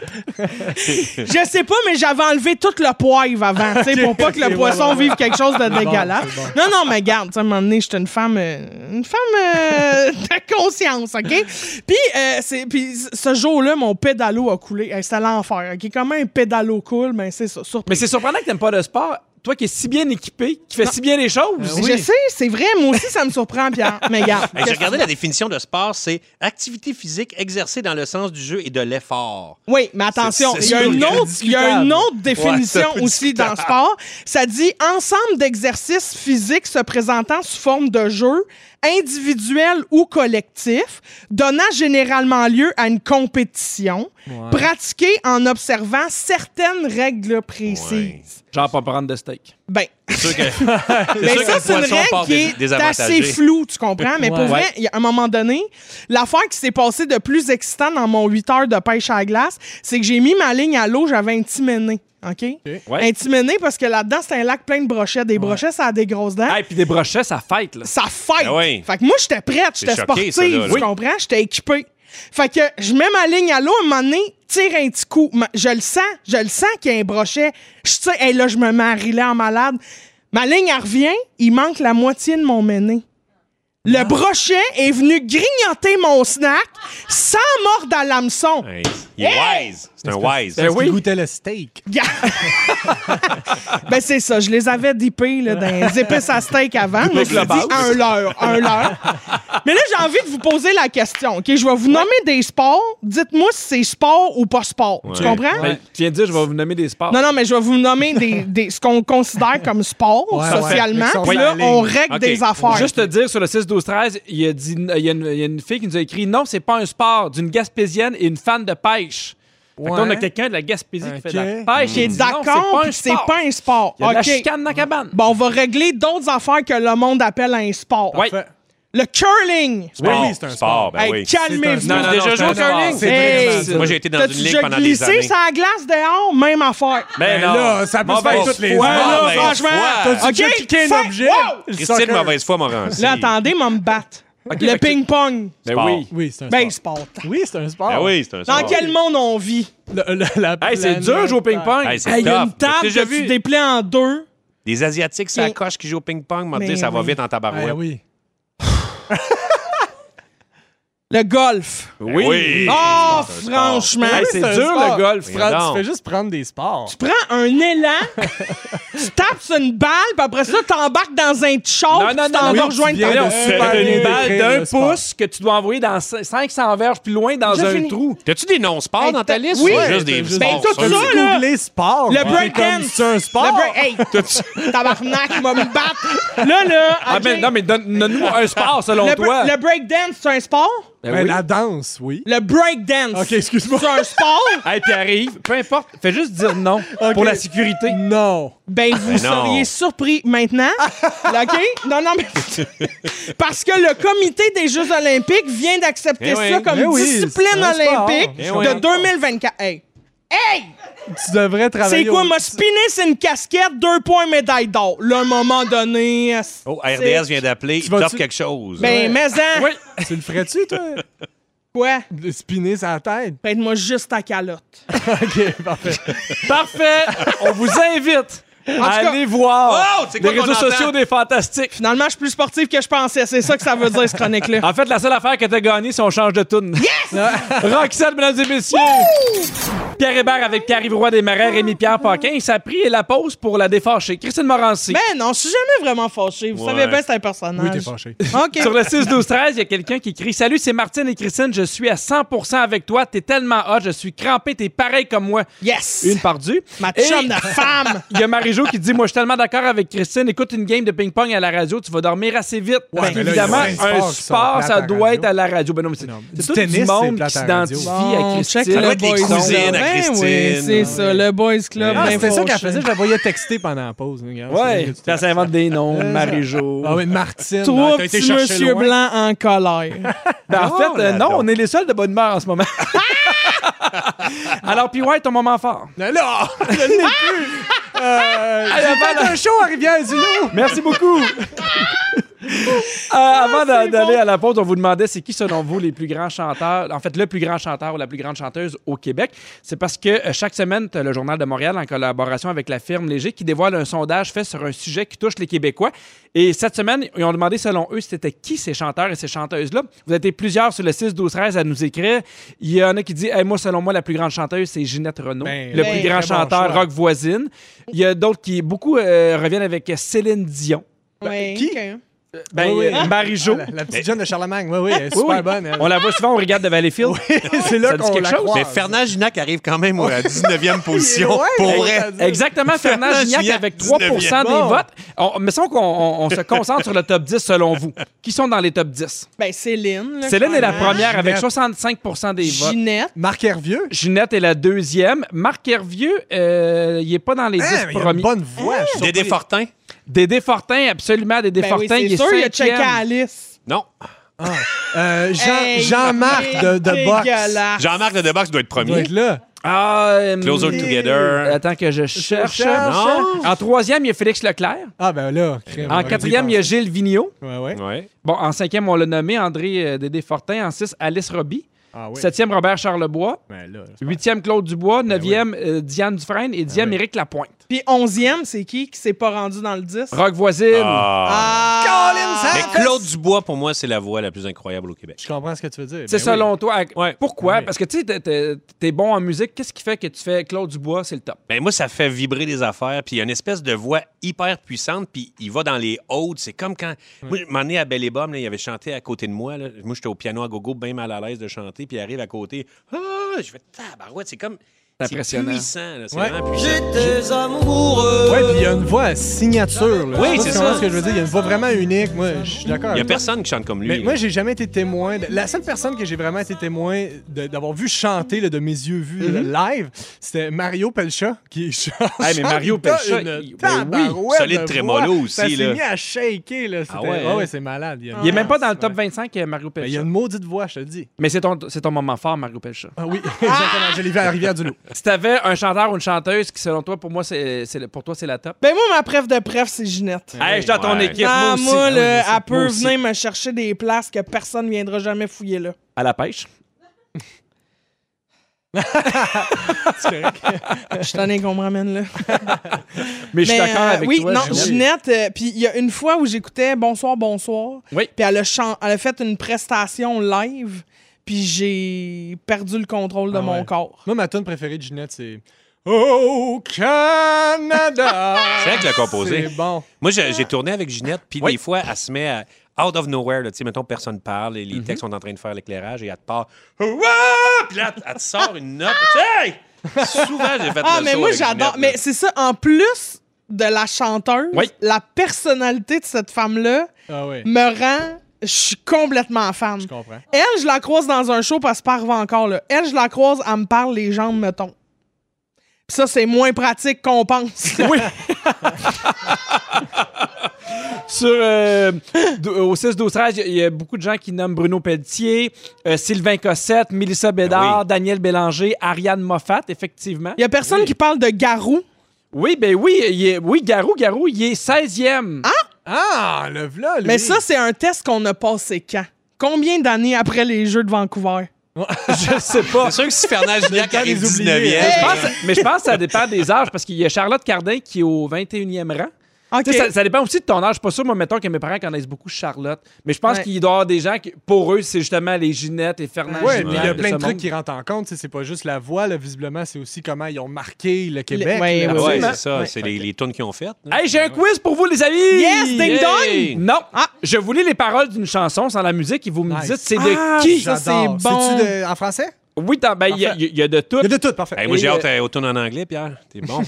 Je sais pas, mais j'avais enlevé tout le poivre avant, tu sais, pour pas que le ok, poisson ouais, ouais. vive quelque chose de dégueulasse. c'est bon. Non, non, mais garde, tu sais, à un moment donné, j'étais une femme, euh, une femme euh, (laughs) de conscience, OK? Puis, euh, c'est- puis ce jour-là, mon pédalo a coulé. Hey, C'était l'enfer, OK? Comment un pédalo coule? Ben, c'est ça, surtout. Mais c'est surprenant que t'aimes pas le sport. Toi qui es si bien équipé, qui fais si bien les Ben choses. Je sais, c'est vrai, moi aussi, ça me surprend, Pierre. Mais garde. Hey, J'ai regardé la définition de sport, c'est activité physique exercée dans le sens du jeu et de l'effort. Oui, mais attention, C'est- c'est il y, a sûr une que autre, il y a une autre Ouais, c'est définition un peu aussi dans le sport. Ça dit ensemble d'exercices physiques se présentant sous forme de jeu individuel ou collectif, donnant généralement lieu à une compétition, pratiquée en observant certaines règles précises. Ouais. Genre pas prendre de steak. Ben, C'est sûr (laughs) que, ben sûr que ça, le c'est une poisson règle part qui dés- est désavantagé. assez floue, tu comprends? Mais pour Ouais. vrai, il y a un moment donné, l'affaire qui s'est passée de plus excitant dans mon 8 heures de pêche à la glace, c'est que j'ai mis ma ligne à l'eau, j'avais un petit méné, OK? Ouais. Un petit méné parce que là-dedans, c'est un lac plein de brochets. Des brochets, ça a des grosses dents. Hey, puis des brochets, ça fête, là. Ça fête! Ah oui. Fait que moi, j'étais prête, j'étais C'est sportive, choqué, ça, là, là. tu comprends? J'étais équipée. Fait que je mets ma ligne à l'eau, à un moment donné, tire un petit coup. Ma- Je le sens, je le sens qu'il y a un brochet. Je sais, hey, là, je me mets à riler en malade. Ma ligne, elle revient, il manque la moitié de mon mené. Le brochet est venu grignoter mon snack sans mordre à l'hameçon. Hey, il est wise. C'est un wise. (laughs) Ben Oui. oui. goûtait le steak. ben c'est ça, je les avais dippés là, dans les épices à steak avant. Je me suis dit global. un leurre, un leurre. Mais là, j'ai envie de vous poser la question. OK, je vais vous nommer des sports. Dites-moi si c'est sport ou pas sport. Tu Ouais. comprends? Ben, tu viens de dire, je vais vous nommer des sports. Non, non, mais je vais vous nommer des, des- ce qu'on considère comme sport Ouais, ouais. socialement. Ils sont Puis sur là, la ligne. on règle OK. des affaires. Juste te dire, sur le 6-12-13, il, y a dit- il y a une- il y a une fille qui nous a écrit Non, c'est pas un sport d'une Gaspésienne et une fan de pêche. Fait que là, on a quelqu'un de la Gaspésie qui fait de la Ok. pêche. T'es Il dit non, d'accord, puis c'est c'est pas un sport. pas un sport. Il y a de la OK. chicane dans la cabane. Bon, on va régler d'autres affaires que le monde appelle un sport. Ouais. Fait- Le curling. Oui, Sport, oui, c'est un sport. ben Hey, oui. calmez-vous. Non, non, non, déjà joué au curling? C'est Hey! vraiment ça. Moi, j'ai été dans une T'as-tu ligue déjà pendant des glissé années. Ah, sur la glace dehors? Même affaire. Mais Ben là, ça peut se faire toutes les foi, heures. là, Ben, franchement. T'as-tu Ok, déjà piqué fin- un objet? wow! Le Christine, soccer. mauvaise foi, Morancy. Là, attendez, moi, me battre. fait le que- ping-pong. Ben Sport. oui. Oui, c'est un Ben, sport. sport. Oui, c'est un sport. Ben oui, c'est un Dans sport. quel monde on vit? Le- le- la- Hey, c'est la- dur de jouer au ping-pong. Hey, c'est Hey, Il y a une tough. T'as table déjà que tu vu déplies en deux. des Asiatiques, ça Mais- coche qui jouent au ping-pong. M'en Mais dire, ça va oui. vite en Ben tabarouette. oui. Le golf. Ben oui. Ah! Oh, c'est un sport. franchement. Hey, c'est c'est un dur sport. le golf. Oui. Prends- non. tu fais juste prendre des sports. Tu prends un élan, tu tapes sur une balle, puis après ça, t'embarques dans un petit char, Non, puis non, tu non, t'en non, vas tu rejoindre viens ta de- Là, on Super parle bien d'une balle décrit, d'un le sport. pouce que tu dois envoyer dans cin- 500 verges plus loin dans Déjà un fini. trou. T'as-tu des non-sports Hey, dans ta t'as- liste? oui. ou juste des Ben, sports. tout ça, ça, là? là. Googler sport. Le C'est breakdance. comme C'est un sport. Le break- (laughs) Hey, tabarnak, il va me battre. Là, là. Ah, ok. mais, non, mais donne- donne-nous (laughs) un sport selon le, toi. break- le breakdance, c'est un sport? Ben Ben, oui. La danse, oui. Le breakdance. Ok, excuse-moi. C'est un sport? Hey, puis arrive, peu importe, fais juste dire non (laughs) pour Ok. la sécurité. Non. Ben, vous Ah, non. seriez surpris maintenant. (laughs) Là, OK? Non, non, mais. (laughs) Parce que le comité des Jeux Olympiques vient d'accepter Eh ça oui, comme eh oui, discipline c'est un sport. olympique Eh oui. de 2024. Hey! Hey! Tu devrais travailler. C'est quoi, au- m'a spiné, c'est une casquette, deux points médaille d'or. Là, à un moment donné. Oh, c'est- RDS vient d'appeler. Il vas-tu- t'offre quelque chose. Ben, mais en. Oui. Tu le ferais-tu, toi? Quoi? De spinner sa tête? Prête-moi juste ta calotte. OK, parfait. Parfait. On vous invite à tout cas- aller voir Ah! Oh, c'est les quoi qu'on réseaux entend? sociaux des Fantastiques. Finalement, je suis plus sportive que je pensais. C'est ça que ça veut dire, ce chronique-là. Ah, En fait, la seule affaire que t'as gagnée, c'est on change de tune. Yes! (laughs) Roxane, mesdames et messieurs! Pierre Hébert avec Pierre-Yves Roy des Marais, Rémi-Pierre Paquin. Ça a pris la pause pour la défâcher. Christine Morancy. Ben non, je suis jamais vraiment fâché. Vous Ouais. savez bien, c'est un Oui, Ah, personnage. t'es fâché. OK. Sur le 6-12-13, il y a quelqu'un qui crie Salut, c'est Martine et Christine, je suis à 100% avec toi, t'es tellement hot, je suis crampé, t'es pareil comme moi. Yes! Une pardue. Ma Et- chum (laughs) de femme! Il y a Marie-Jo qui dit Moi, je suis tellement d'accord avec Christine. Écoute une game de ping-pong à la radio, tu vas dormir assez vite. Parce mais là, qu'évidemment, il y a un plein de sports sport, qui sont plates ça à la doit radio. être à la radio. Ben non, mais c'est c'est Du tout tennis, du c'est monde qui plate à la radio. s'identifie à Bon, Christine. check Ça le doit être les boys cousines club. à Ben Christine. oui, c'est ça, le boys club. Ah, ben c'était ça fâché. qu'elle faisait. Je la voyais texter pendant la pause. regarde. C'est Ouais, juste- ça s'invente des noms, Marie-Jo. Ah oui, Martine. Trois ah, t'as été petits chercher monsieur loin. blancs en colère. Ben, en fait, euh, là, non, donc. on est les seuls de bonne humeur en ce (laughs) moment. Alors, puis ouais, ton moment fort. Non, non, je ne l'ai plus. Euh, j'ai avant fait la- un show à Rivière-du-Loup. Merci beaucoup. Euh, Ah, avant d'a- d'aller à la pause, on vous demandait c'est qui, selon vous, les plus grands chanteurs, en fait, le plus grand chanteur ou la plus grande chanteuse au Québec. C'est parce que euh, chaque semaine, t'as le Journal de Montréal, en collaboration avec la firme Léger, qui dévoile un sondage fait sur un sujet qui touche les Québécois. Et cette semaine, ils ont demandé, selon eux, c'était qui ces chanteurs et ces chanteuses-là. Vous avez été plusieurs sur le 6-12-13 à nous écrire. Il y en a qui disent Hey, Moi, selon moi, la plus grande chanteuse, c'est Ginette Renault, Ben, le ben, plus grand très bon chanteur choix. rock voisine. Il y a d'autres qui, beaucoup, euh, reviennent avec Céline Dion. Ouais, qui? ok. (laughs) Ben, Oui, oui. euh, Marie-Jo. La, la petite jeune de Charlemagne. Oui, oui, elle est super Oui, oui. bonne. elle. On la voit souvent, on regarde de Valleyfield. (laughs) C'est Ça là dit qu'on quelque la chose? croise. Mais Fernand Ginac arrive quand même à (laughs) la 19e position. Ouais, pour ouais, vrai. ça dit- Exactement, Fernand Fernand Gignac Gignac, avec 3 19e. des votes. On, mais semble qu'on on- on se concentre sur le top 10 selon vous. Qui sont dans les top 10? Ben Céline. là, Céline est la clairement. première avec Ginette. 65 des votes. Ginette. Marc Hervieux. Ginette est la deuxième. Marc Hervieux, euh, il n'est pas dans les 10 Ah, mais il a une premiers. bonne voix. je suis surpris. Dédé Fortin? Dédé Fortin, absolument. Dédé Ben oui, Fortin, il c'est est sûr, il a checké cinquième. à Alice. Non. Ah. Euh, Jean, Hey, Jean-Marc de, de Box. dégueulasse. Jean-Marc de Debax doit être doit premier. être là. Ah, euh, Closer Together. Attends que je cherche. cherche. Non. En troisième, il y a Félix Leclerc. Ah, ben là. crème, on En aurait dû quatrième, il y a penser. Gilles Vigneault. Ouais, ouais. Ouais. Bon, en cinquième, on l'a nommé André euh, Dédé Fortin. En six, Alice Roby. Ah oui. Septième, Robert Charlebois. Ben là. Huitième, Claude Dubois. Neuvième, euh, Diane Dufresne. Et Ben dixième, Éric Lapointe. Puis onzième, c'est qui qui s'est pas rendu dans le 10? Rock voisine. Ah. Ah! Mais Claude Dubois, pour moi, c'est la voix la plus incroyable au Québec. Je comprends ce que tu veux dire. C'est Ben selon toi. Pourquoi? Ouais. Ben Parce que tu sais, t'es- t'es- t'es bon en musique. Qu'est-ce qui fait que tu fais Claude Dubois, c'est le top? Ben moi, ça fait vibrer les affaires. Puis il y a une espèce de voix hyper puissante. Puis il va dans les hautes. C'est comme quand. Moi, je m'en ai à Belle et Bomme, là, il avait chanté à côté de moi. là. Moi, j'étais au piano à gogo, bien mal à l'aise de chanter. Puis il arrive à côté. Ah! Je fais tabarouette. C'est comme. C'est impressionnant. puissant, là, c'est Ouais. vraiment puissant. Ouais, puis il y a une voix signature. Là. Oui, Je sais c'est pas ça. ce que je veux dire. Il y a une voix vraiment unique. Moi, je suis d'accord. Il n'y a avec toi. personne qui chante comme lui. Mais là. moi, j'ai jamais été témoin. de- La seule personne que j'ai vraiment été témoin de- d'avoir vu chanter là, de mes yeux vus là, live, c'était Mario Pelcha qui chante. Hey, mais Mario chante une Pelcha, il- ben oui, tabarouette solide de trémolo voix. aussi, Ça s'est là. mis à shaker. Là. C'était- Ah ouais, Ah hein? ouais, c'est malade. Il y a une- Il est même pas dans le top 25, euh, Mario Ah, Ben, Il y a Pelcha. une maudite voix, je te le dis. Mais c'est ton, c'est ton moment fort, Mario Pelcha. Ah oui, (laughs) exactement. Je l'ai vu à Rivière-du-Loup. Si t'avais un chanteur ou une chanteuse qui, selon toi, pour moi, c'est, c'est le- pour toi, c'est la top. Ben moi, ma préf de préf, c'est Ben Ginette. Hey, je suis dans ton Ouais. équipe, moi ah, aussi. moi, Ah oui, là, je sais, elle peut moi aussi. venir me chercher des places que personne ne viendra jamais fouiller là. À la pêche. Je suis tanné qu'on me ramène là. (laughs) Mais je suis Mais, d'accord euh, avec oui, toi. non, Ginette. Ginette, euh, puis il y a une fois où j'écoutais Bonsoir, bonsoir. Oui. Puis elle a, chan- elle a fait une prestation live, puis j'ai perdu le contrôle de Ah mon ouais. corps. Moi, ma tune préférée de Ginette, c'est Oh Canada. C'est elle qui l'a composé. C'est bon. Moi, j'ai j'ai tourné avec Ginette, puis Oui. des fois, elle se met à out of nowhere. là, Tu sais, mettons, personne parle, et les Mm-hmm. textes sont en train de faire l'éclairage, et elle te part. Ouah! Puis là, elle te sort une note. Hey! Souvent, j'ai fait Ah, le mais saut moi, avec j'adore. Ginette, Mais là. c'est ça, en plus de la chanteuse, Oui. la personnalité de cette femme-là Ah ouais, me rend. Je suis complètement fan. je comprends. Elle, je la croise dans un show parce qu'elle parle encore. Là. Elle, je la croise, elle me parle les jambes, mettons. Puis ça, c'est moins pratique qu'on pense. (laughs) Oui. Sur euh, (gasps) dou- au 6 12 13, il y a beaucoup de gens qui nomment Bruno Pelletier, euh, Sylvain Cossette, Mélissa Bédard, Ah Oui. Daniel Bélanger, Ariane Moffat, effectivement. Il y a personne qui parle de Garou. Oui, ben oui, il est- oui, Garou, Garou, il est 16e. Ah, le vlog. Mais ça, c'est un test qu'on a passé quand? Combien d'années après les Jeux de Vancouver? (laughs) Je sais pas. C'est sûr que si (laughs) Fernand Gignac arrive les oublier. 19e, hein. Je pense- mais je pense que ça dépend des âges parce qu'il y a Charlotte Cardin qui est au 21e rang. OK. Tu sais, Ça, ça dépend aussi de ton âge. Je suis pas sûr, moi, mettons que mes parents connaissent beaucoup Charlotte. Mais je pense Ouais. qu'il doit y avoir des gens qui, pour eux, c'est justement les Ginette et Fernand Ouais, Gignac mais il y a de plein ce de trucs monde. qui rentrent en compte. tu sais, C'est pas juste la voix, là, visiblement, c'est aussi comment ils ont marqué le Québec. ouais, là. Ah ouais, Absolument. c'est ça. C'est les, les tunes qu'ils ont faites. là. Hey, j'ai un quiz pour vous, les amis! Yes, ding Hey! Non, Ah, je voulais les paroles d'une chanson sans la musique et vous me Nice. dites c'est Ah, de qui? ça, c'est J'adore. bon. C'est-tu de- en français? Oui, t'en- ben, il y, a- il y a de tout. (laughs) Il y a de tout, parfait. Ben Hey, moi, j'ai Et, hâte euh, aux tunes en anglais, Pierre. T'es (laughs) bon.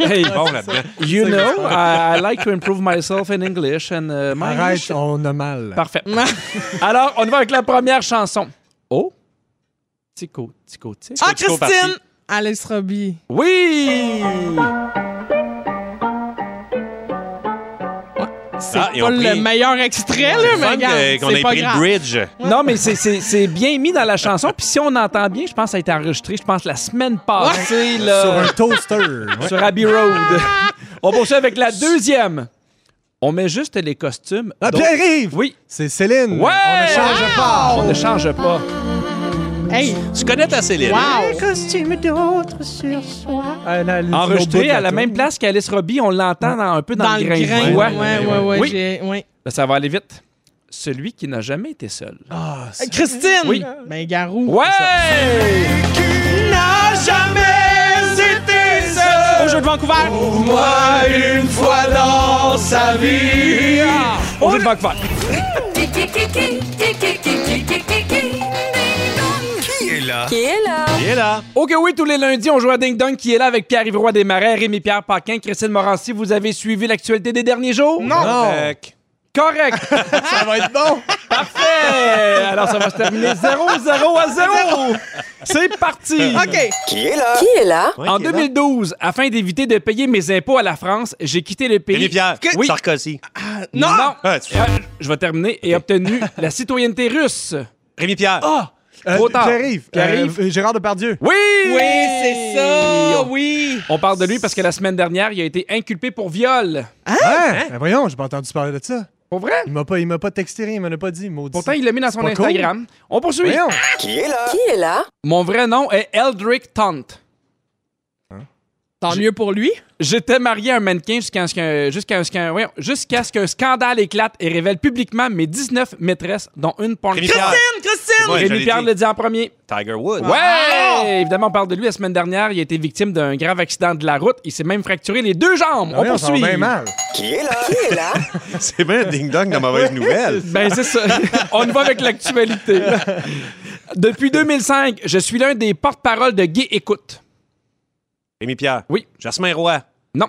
Hey, T'es bon là-dedans. you know, I, I like to improve myself in English and uh, my Arrête, English- on a mal. Parfait. (laughs) Alors, on y va avec la première chanson. Oh. Tico, tico, tico. Ah, Tico, Christine! parti. Alice Robbie. Oui! C'est Ah, ils pas ont le pris- meilleur extrait, là, C'est mais fun regarde, que- qu'on c'est ait pas pris grave. le bridge. Non, mais c'est- c'est c'est bien mis dans la chanson. Puis si on entend bien, je pense que ça a été enregistré, je pense, la semaine passée, là, Sur un (laughs) toaster. Ouais. sur Abbey Road. on poursuit avec la deuxième. On met juste les costumes. Ah, Donc- Pierre-Yves! Oui. C'est Céline. Ouais! On ne change pas. On ne change pas. Hey, Tu connais ta Céline. wow! Enregistré à la même place qu'Alice Robbie, on l'entend dans- un peu dans, Dans le le grain de grain. voix. Ouais, ouais, ouais. Oui. j'ai- ouais. Là, ça va aller vite. Celui qui n'a jamais été seul. Euh, Christine! Oui. Ben, Garou. Ouais! n'a jamais été seul. Au jeu de Vancouver. On joue de Vancouver. Qui est là? Il est là. Ok, oui, tous les lundis, on joue à Ding Dong qui est là avec Pierre-Yves Roy Desmarais, Rémi-Pierre Paquin, Christine Morancy. Vous avez suivi l'actualité des derniers jours? Non. Correct! Ça va être bon. Parfait! Alors, ça va se terminer 0-0 à 0! C'est parti! OK. Qui est là? En 2012, afin d'éviter de payer mes impôts à la France, j'ai quitté le pays. Rémi Pierre. Oui. Sarkozy. Non! Ah, tu- Euh, je vais terminer. Et obtenu la citoyenneté russe. Rémi Pierre. Oh, Ah! Euh, (laughs) Trop tard. Pierre-Yves. Pierre-Yves. Euh, Gérard Depardieu. Oui! Oui, c'est ça. Oui. On parle de lui parce que la semaine dernière, il a été inculpé pour viol. Hein? Ben voyons, j'ai pas entendu parler de ça. Pour vrai? Il m'a pas, il m'a pas texté rien, il m'en a pas dit, maudit. Pourtant, il l'a mis dans son pas cool. Instagram. On poursuit. Voyons. Qui est là? Mon vrai nom est Eldrick Tant. Tant mieux pour lui. J'étais marié à un mannequin jusqu'à ce qu'un jusqu'à ce qu'un voyons, jusqu'à ce qu'un scandale éclate et révèle publiquement mes 19 maîtresses, dont une porn. Rémi Pierre. Christine! Ouais, je l'ai Rémi Pierre dit. le dit en premier. Tiger Woods. Ah. Ouais! Évidemment, on parle de lui la semaine dernière. Il a été victime d'un grave accident de la route. Il s'est même fracturé les deux jambes. Ben on voyons, ça va poursuit. bien mal. Qui est là? Qui est là? (laughs) C'est bien ding-dong de mauvaise nouvelle. Ben, (laughs) c'est ça. On y va avec l'actualité. Depuis 2005, je suis l'un des porte-parole de Gay Écoute. (laughs) Rémi Pierre. Oui. Jasmin Roy. Non.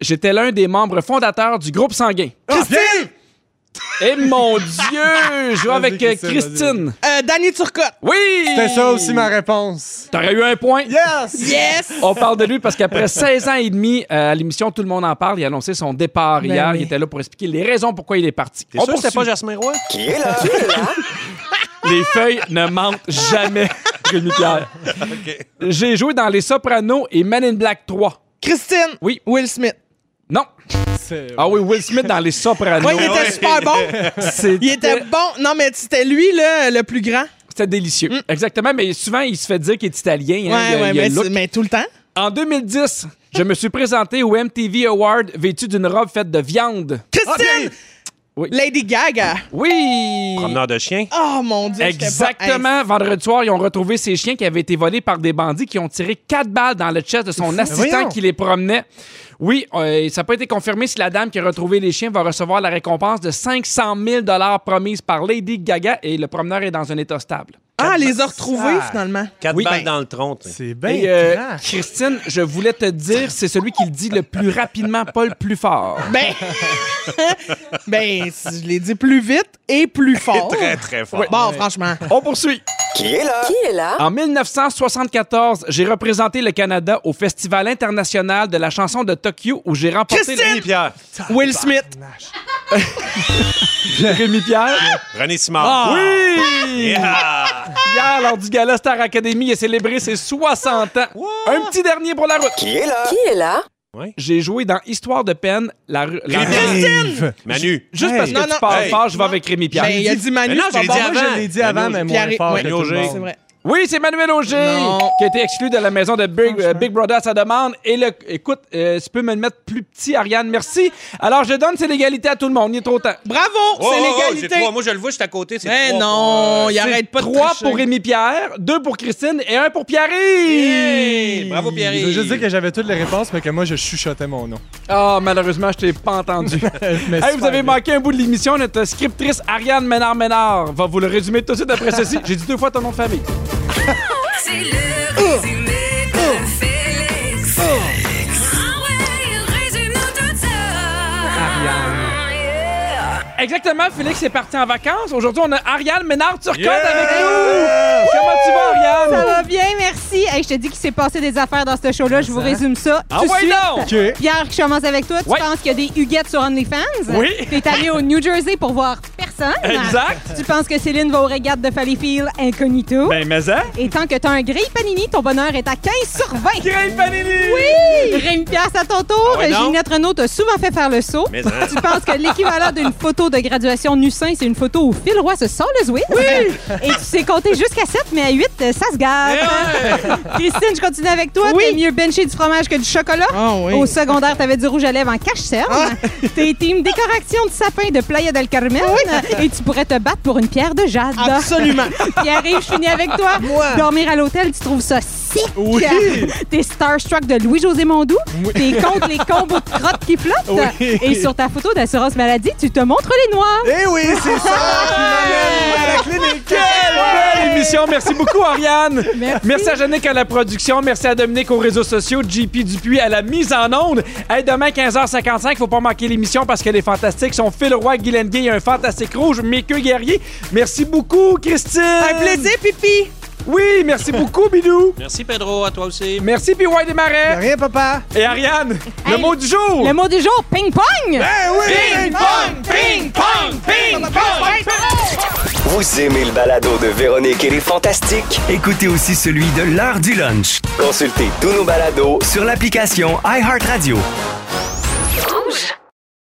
J'étais l'un des membres fondateurs du groupe sanguin. Ah, Christine! Et mon Dieu! Je joue avec euh, Christine, vas-y. Christine. Euh, Danny Turcotte. Oui! C'était ça aussi ma réponse. T'aurais eu un point. Yes! Yes! On parle de lui parce qu'après 16 ans et demi euh, à l'émission Tout le monde en parle, il a annoncé son départ Ben hier. oui. Il était là pour expliquer les raisons pourquoi il est parti. T'es sûr que c'était pas Jasmin Roy? Qui est là? Les feuilles ne mentent jamais, (laughs) Rémi Pierre. J'ai joué dans Les Sopranos et Men in Black 3. Christine. Oui. Will Smith. Non. C'est- Ah oui, Will Smith dans Les Sopranos. Ouais, il était super bon. C'était- Il (laughs) était bon. Non, mais c'était lui, là, le plus grand. C'était délicieux. Exactement, mais souvent, il se fait dire qu'il est italien. hein, il Mm. Ouais, a- ouais, il a mais, le look. c'est- mais tout le temps. En 2010, je me suis présenté au MTV Award vêtu d'une robe faite de viande. Ah, Christine. Oui. Lady Gaga. Oui! Promeneur de chien. Oh mon Dieu. j'étais pas- Exactement. Vendredi soir, ils ont retrouvé ces chiens qui avaient été volés par des bandits qui ont tiré quatre balles dans le chest de son assistant voyons. qui les promenait. Oui, euh, ça n'a pas été confirmé si la dame qui a retrouvé les chiens va recevoir la récompense de 500 000 promise par Lady Gaga et le promeneur est dans un état stable. Ah, les a retrouvés, finalement. Quatre Oui, balles ben- dans le tronc. t'sais. C'est bien. Et, euh, crache. Christine, je voulais te dire, c'est celui qui le dit le plus rapidement, pas le plus fort. (laughs) Ben, ben, si je l'ai dit plus vite et plus fort. Très, très fort. Bon, franchement. On poursuit. Qui est là? En 1974, j'ai représenté le Canada au Festival international de la chanson de Tokyo où j'ai remporté le- Rémi Pierre. Will Smith. ben, Rémi Pierre. René Ah! Simard. Oui! Yeah! Hier, lors du Gala Star Academy, il a célébré ses 60 ans. Un petit dernier pour la route. Qui est là? J'ai joué dans Histoire de peine, la, ru- la Rémi. ru- Christine! Manu. Juste Hey. parce que Non, tu non. parles Hey. fort, je vais avec Rémi Pierre. Ben, il a dit Mais Manu. non, c'est je l'ai pas dit bon. avant. Moi, je l'ai dit avant, mais moins Pierre- fort ouais. que tout le Pierre- monde. C'est vrai. Oui, c'est Manuel Auger Non. qui a été exclu de la maison de Big, euh, Big Brother à sa demande. Et le, écoute, euh, tu peux me le mettre plus petit, Ariane, merci. Alors, je donne, c'est l'égalité à tout le monde, il est trop temps. Bravo, Oh, c'est oh, oh, j'ai l'égalité. trois. Moi, je le vois, je suis à côté. c'est Mais trois Eh non, il C'est arrête pas de Trois tricher. pour Rémi Pierre, deux pour Christine et un pour Pierre. pour- Bravo, Pierre. Je veux juste dire que j'avais toutes les réponses, mais que moi, je chuchotais mon nom. Ah, malheureusement, je t'ai pas (laughs) entendu. Mais Hey, vous super avez bien. manqué un bout de l'émission. Notre scriptrice Ariane Ménard-Ménard va vous le résumer tout de suite après (laughs) ceci. J'ai dit deux fois ton nom de famille. C'est le résumé de Félix. Ah ouais, il résume tout ça. Yeah. Exactement, Félix est parti en vacances. Aujourd'hui, on a Ariane Ménard-Turcotte avec nous. Comment tu vas, Ariane? Ça va bien, merci. Hey, je te dis qu'il s'est passé des affaires dans ce show-là. Je vous résume ça. Ah tout de ouais, suite. donc! OK. Pierre, je commence avec toi. Tu Ouais. penses qu'il y a des huguettes sur OnlyFans? Oui. T'es allé au New Jersey pour voir personne. Exact. Tu penses que Céline va au régate de Valleyfield incognito. Ben, mais ça. Et tant que t'as un grille panini, ton bonheur est à 15 sur 20. Greg Panini! Oui! Rémi Pierre, c'est à ton tour. ouais, donc. Ginette Renault t'a souvent fait faire le saut. Mais, hein. Tu penses que l'équivalent d'une photo de graduation nu sein, c'est une photo où Phil Roy se sort le zouï. Et tu sais compter jusqu'à 7, mais à 8, euh, ça se gâte. Christine, je continue avec toi. Oui. T'aimes mieux bencher du fromage que du chocolat. Ah oui. Au secondaire, t'avais du rouge à lèvres en cache-cerne. T'es team décoration de sapin de Playa del Carmen. Et tu pourrais te battre pour une pierre de jade. (laughs) Absolument. Qui arrive, je finis avec toi. Dormir à l'hôtel, tu trouves ça sick. T'es starstruck de Louis-José Mondou. T'es contre les combos de crottes qui flottent. Et sur ta photo d'assurance maladie, tu te montres les noirs. Eh oui, (laughs) c'est ça! qui Ah, m'amène à la clinique! Quelle belle émission! Merci beaucoup, Ariane! Merci. à Jannick à la production, merci à Dominique aux réseaux sociaux, JP Dupuis à la mise en onde. Hey, demain, 15h55, faut pas manquer l'émission parce que les fantastiques sont Phil Roy, Guylaine Gay et un fantastique rouge, Mickey Guerrier. Merci beaucoup, Christine! Un plaisir, pipi. Oui, merci beaucoup, Bidou! Merci, Pedro. À toi aussi. Merci, PY Desmarais! Rien, papa! Et Ariane, le Hey, mot du jour! Le mot du jour, ping-pong! Ping-pong! Ping-pong! Ping-pong! Vous aimez le balado de Véronique et les Fantastiques? Écoutez aussi celui de l'heure du lunch Consultez tous nos balados sur l'application iHeartRadio.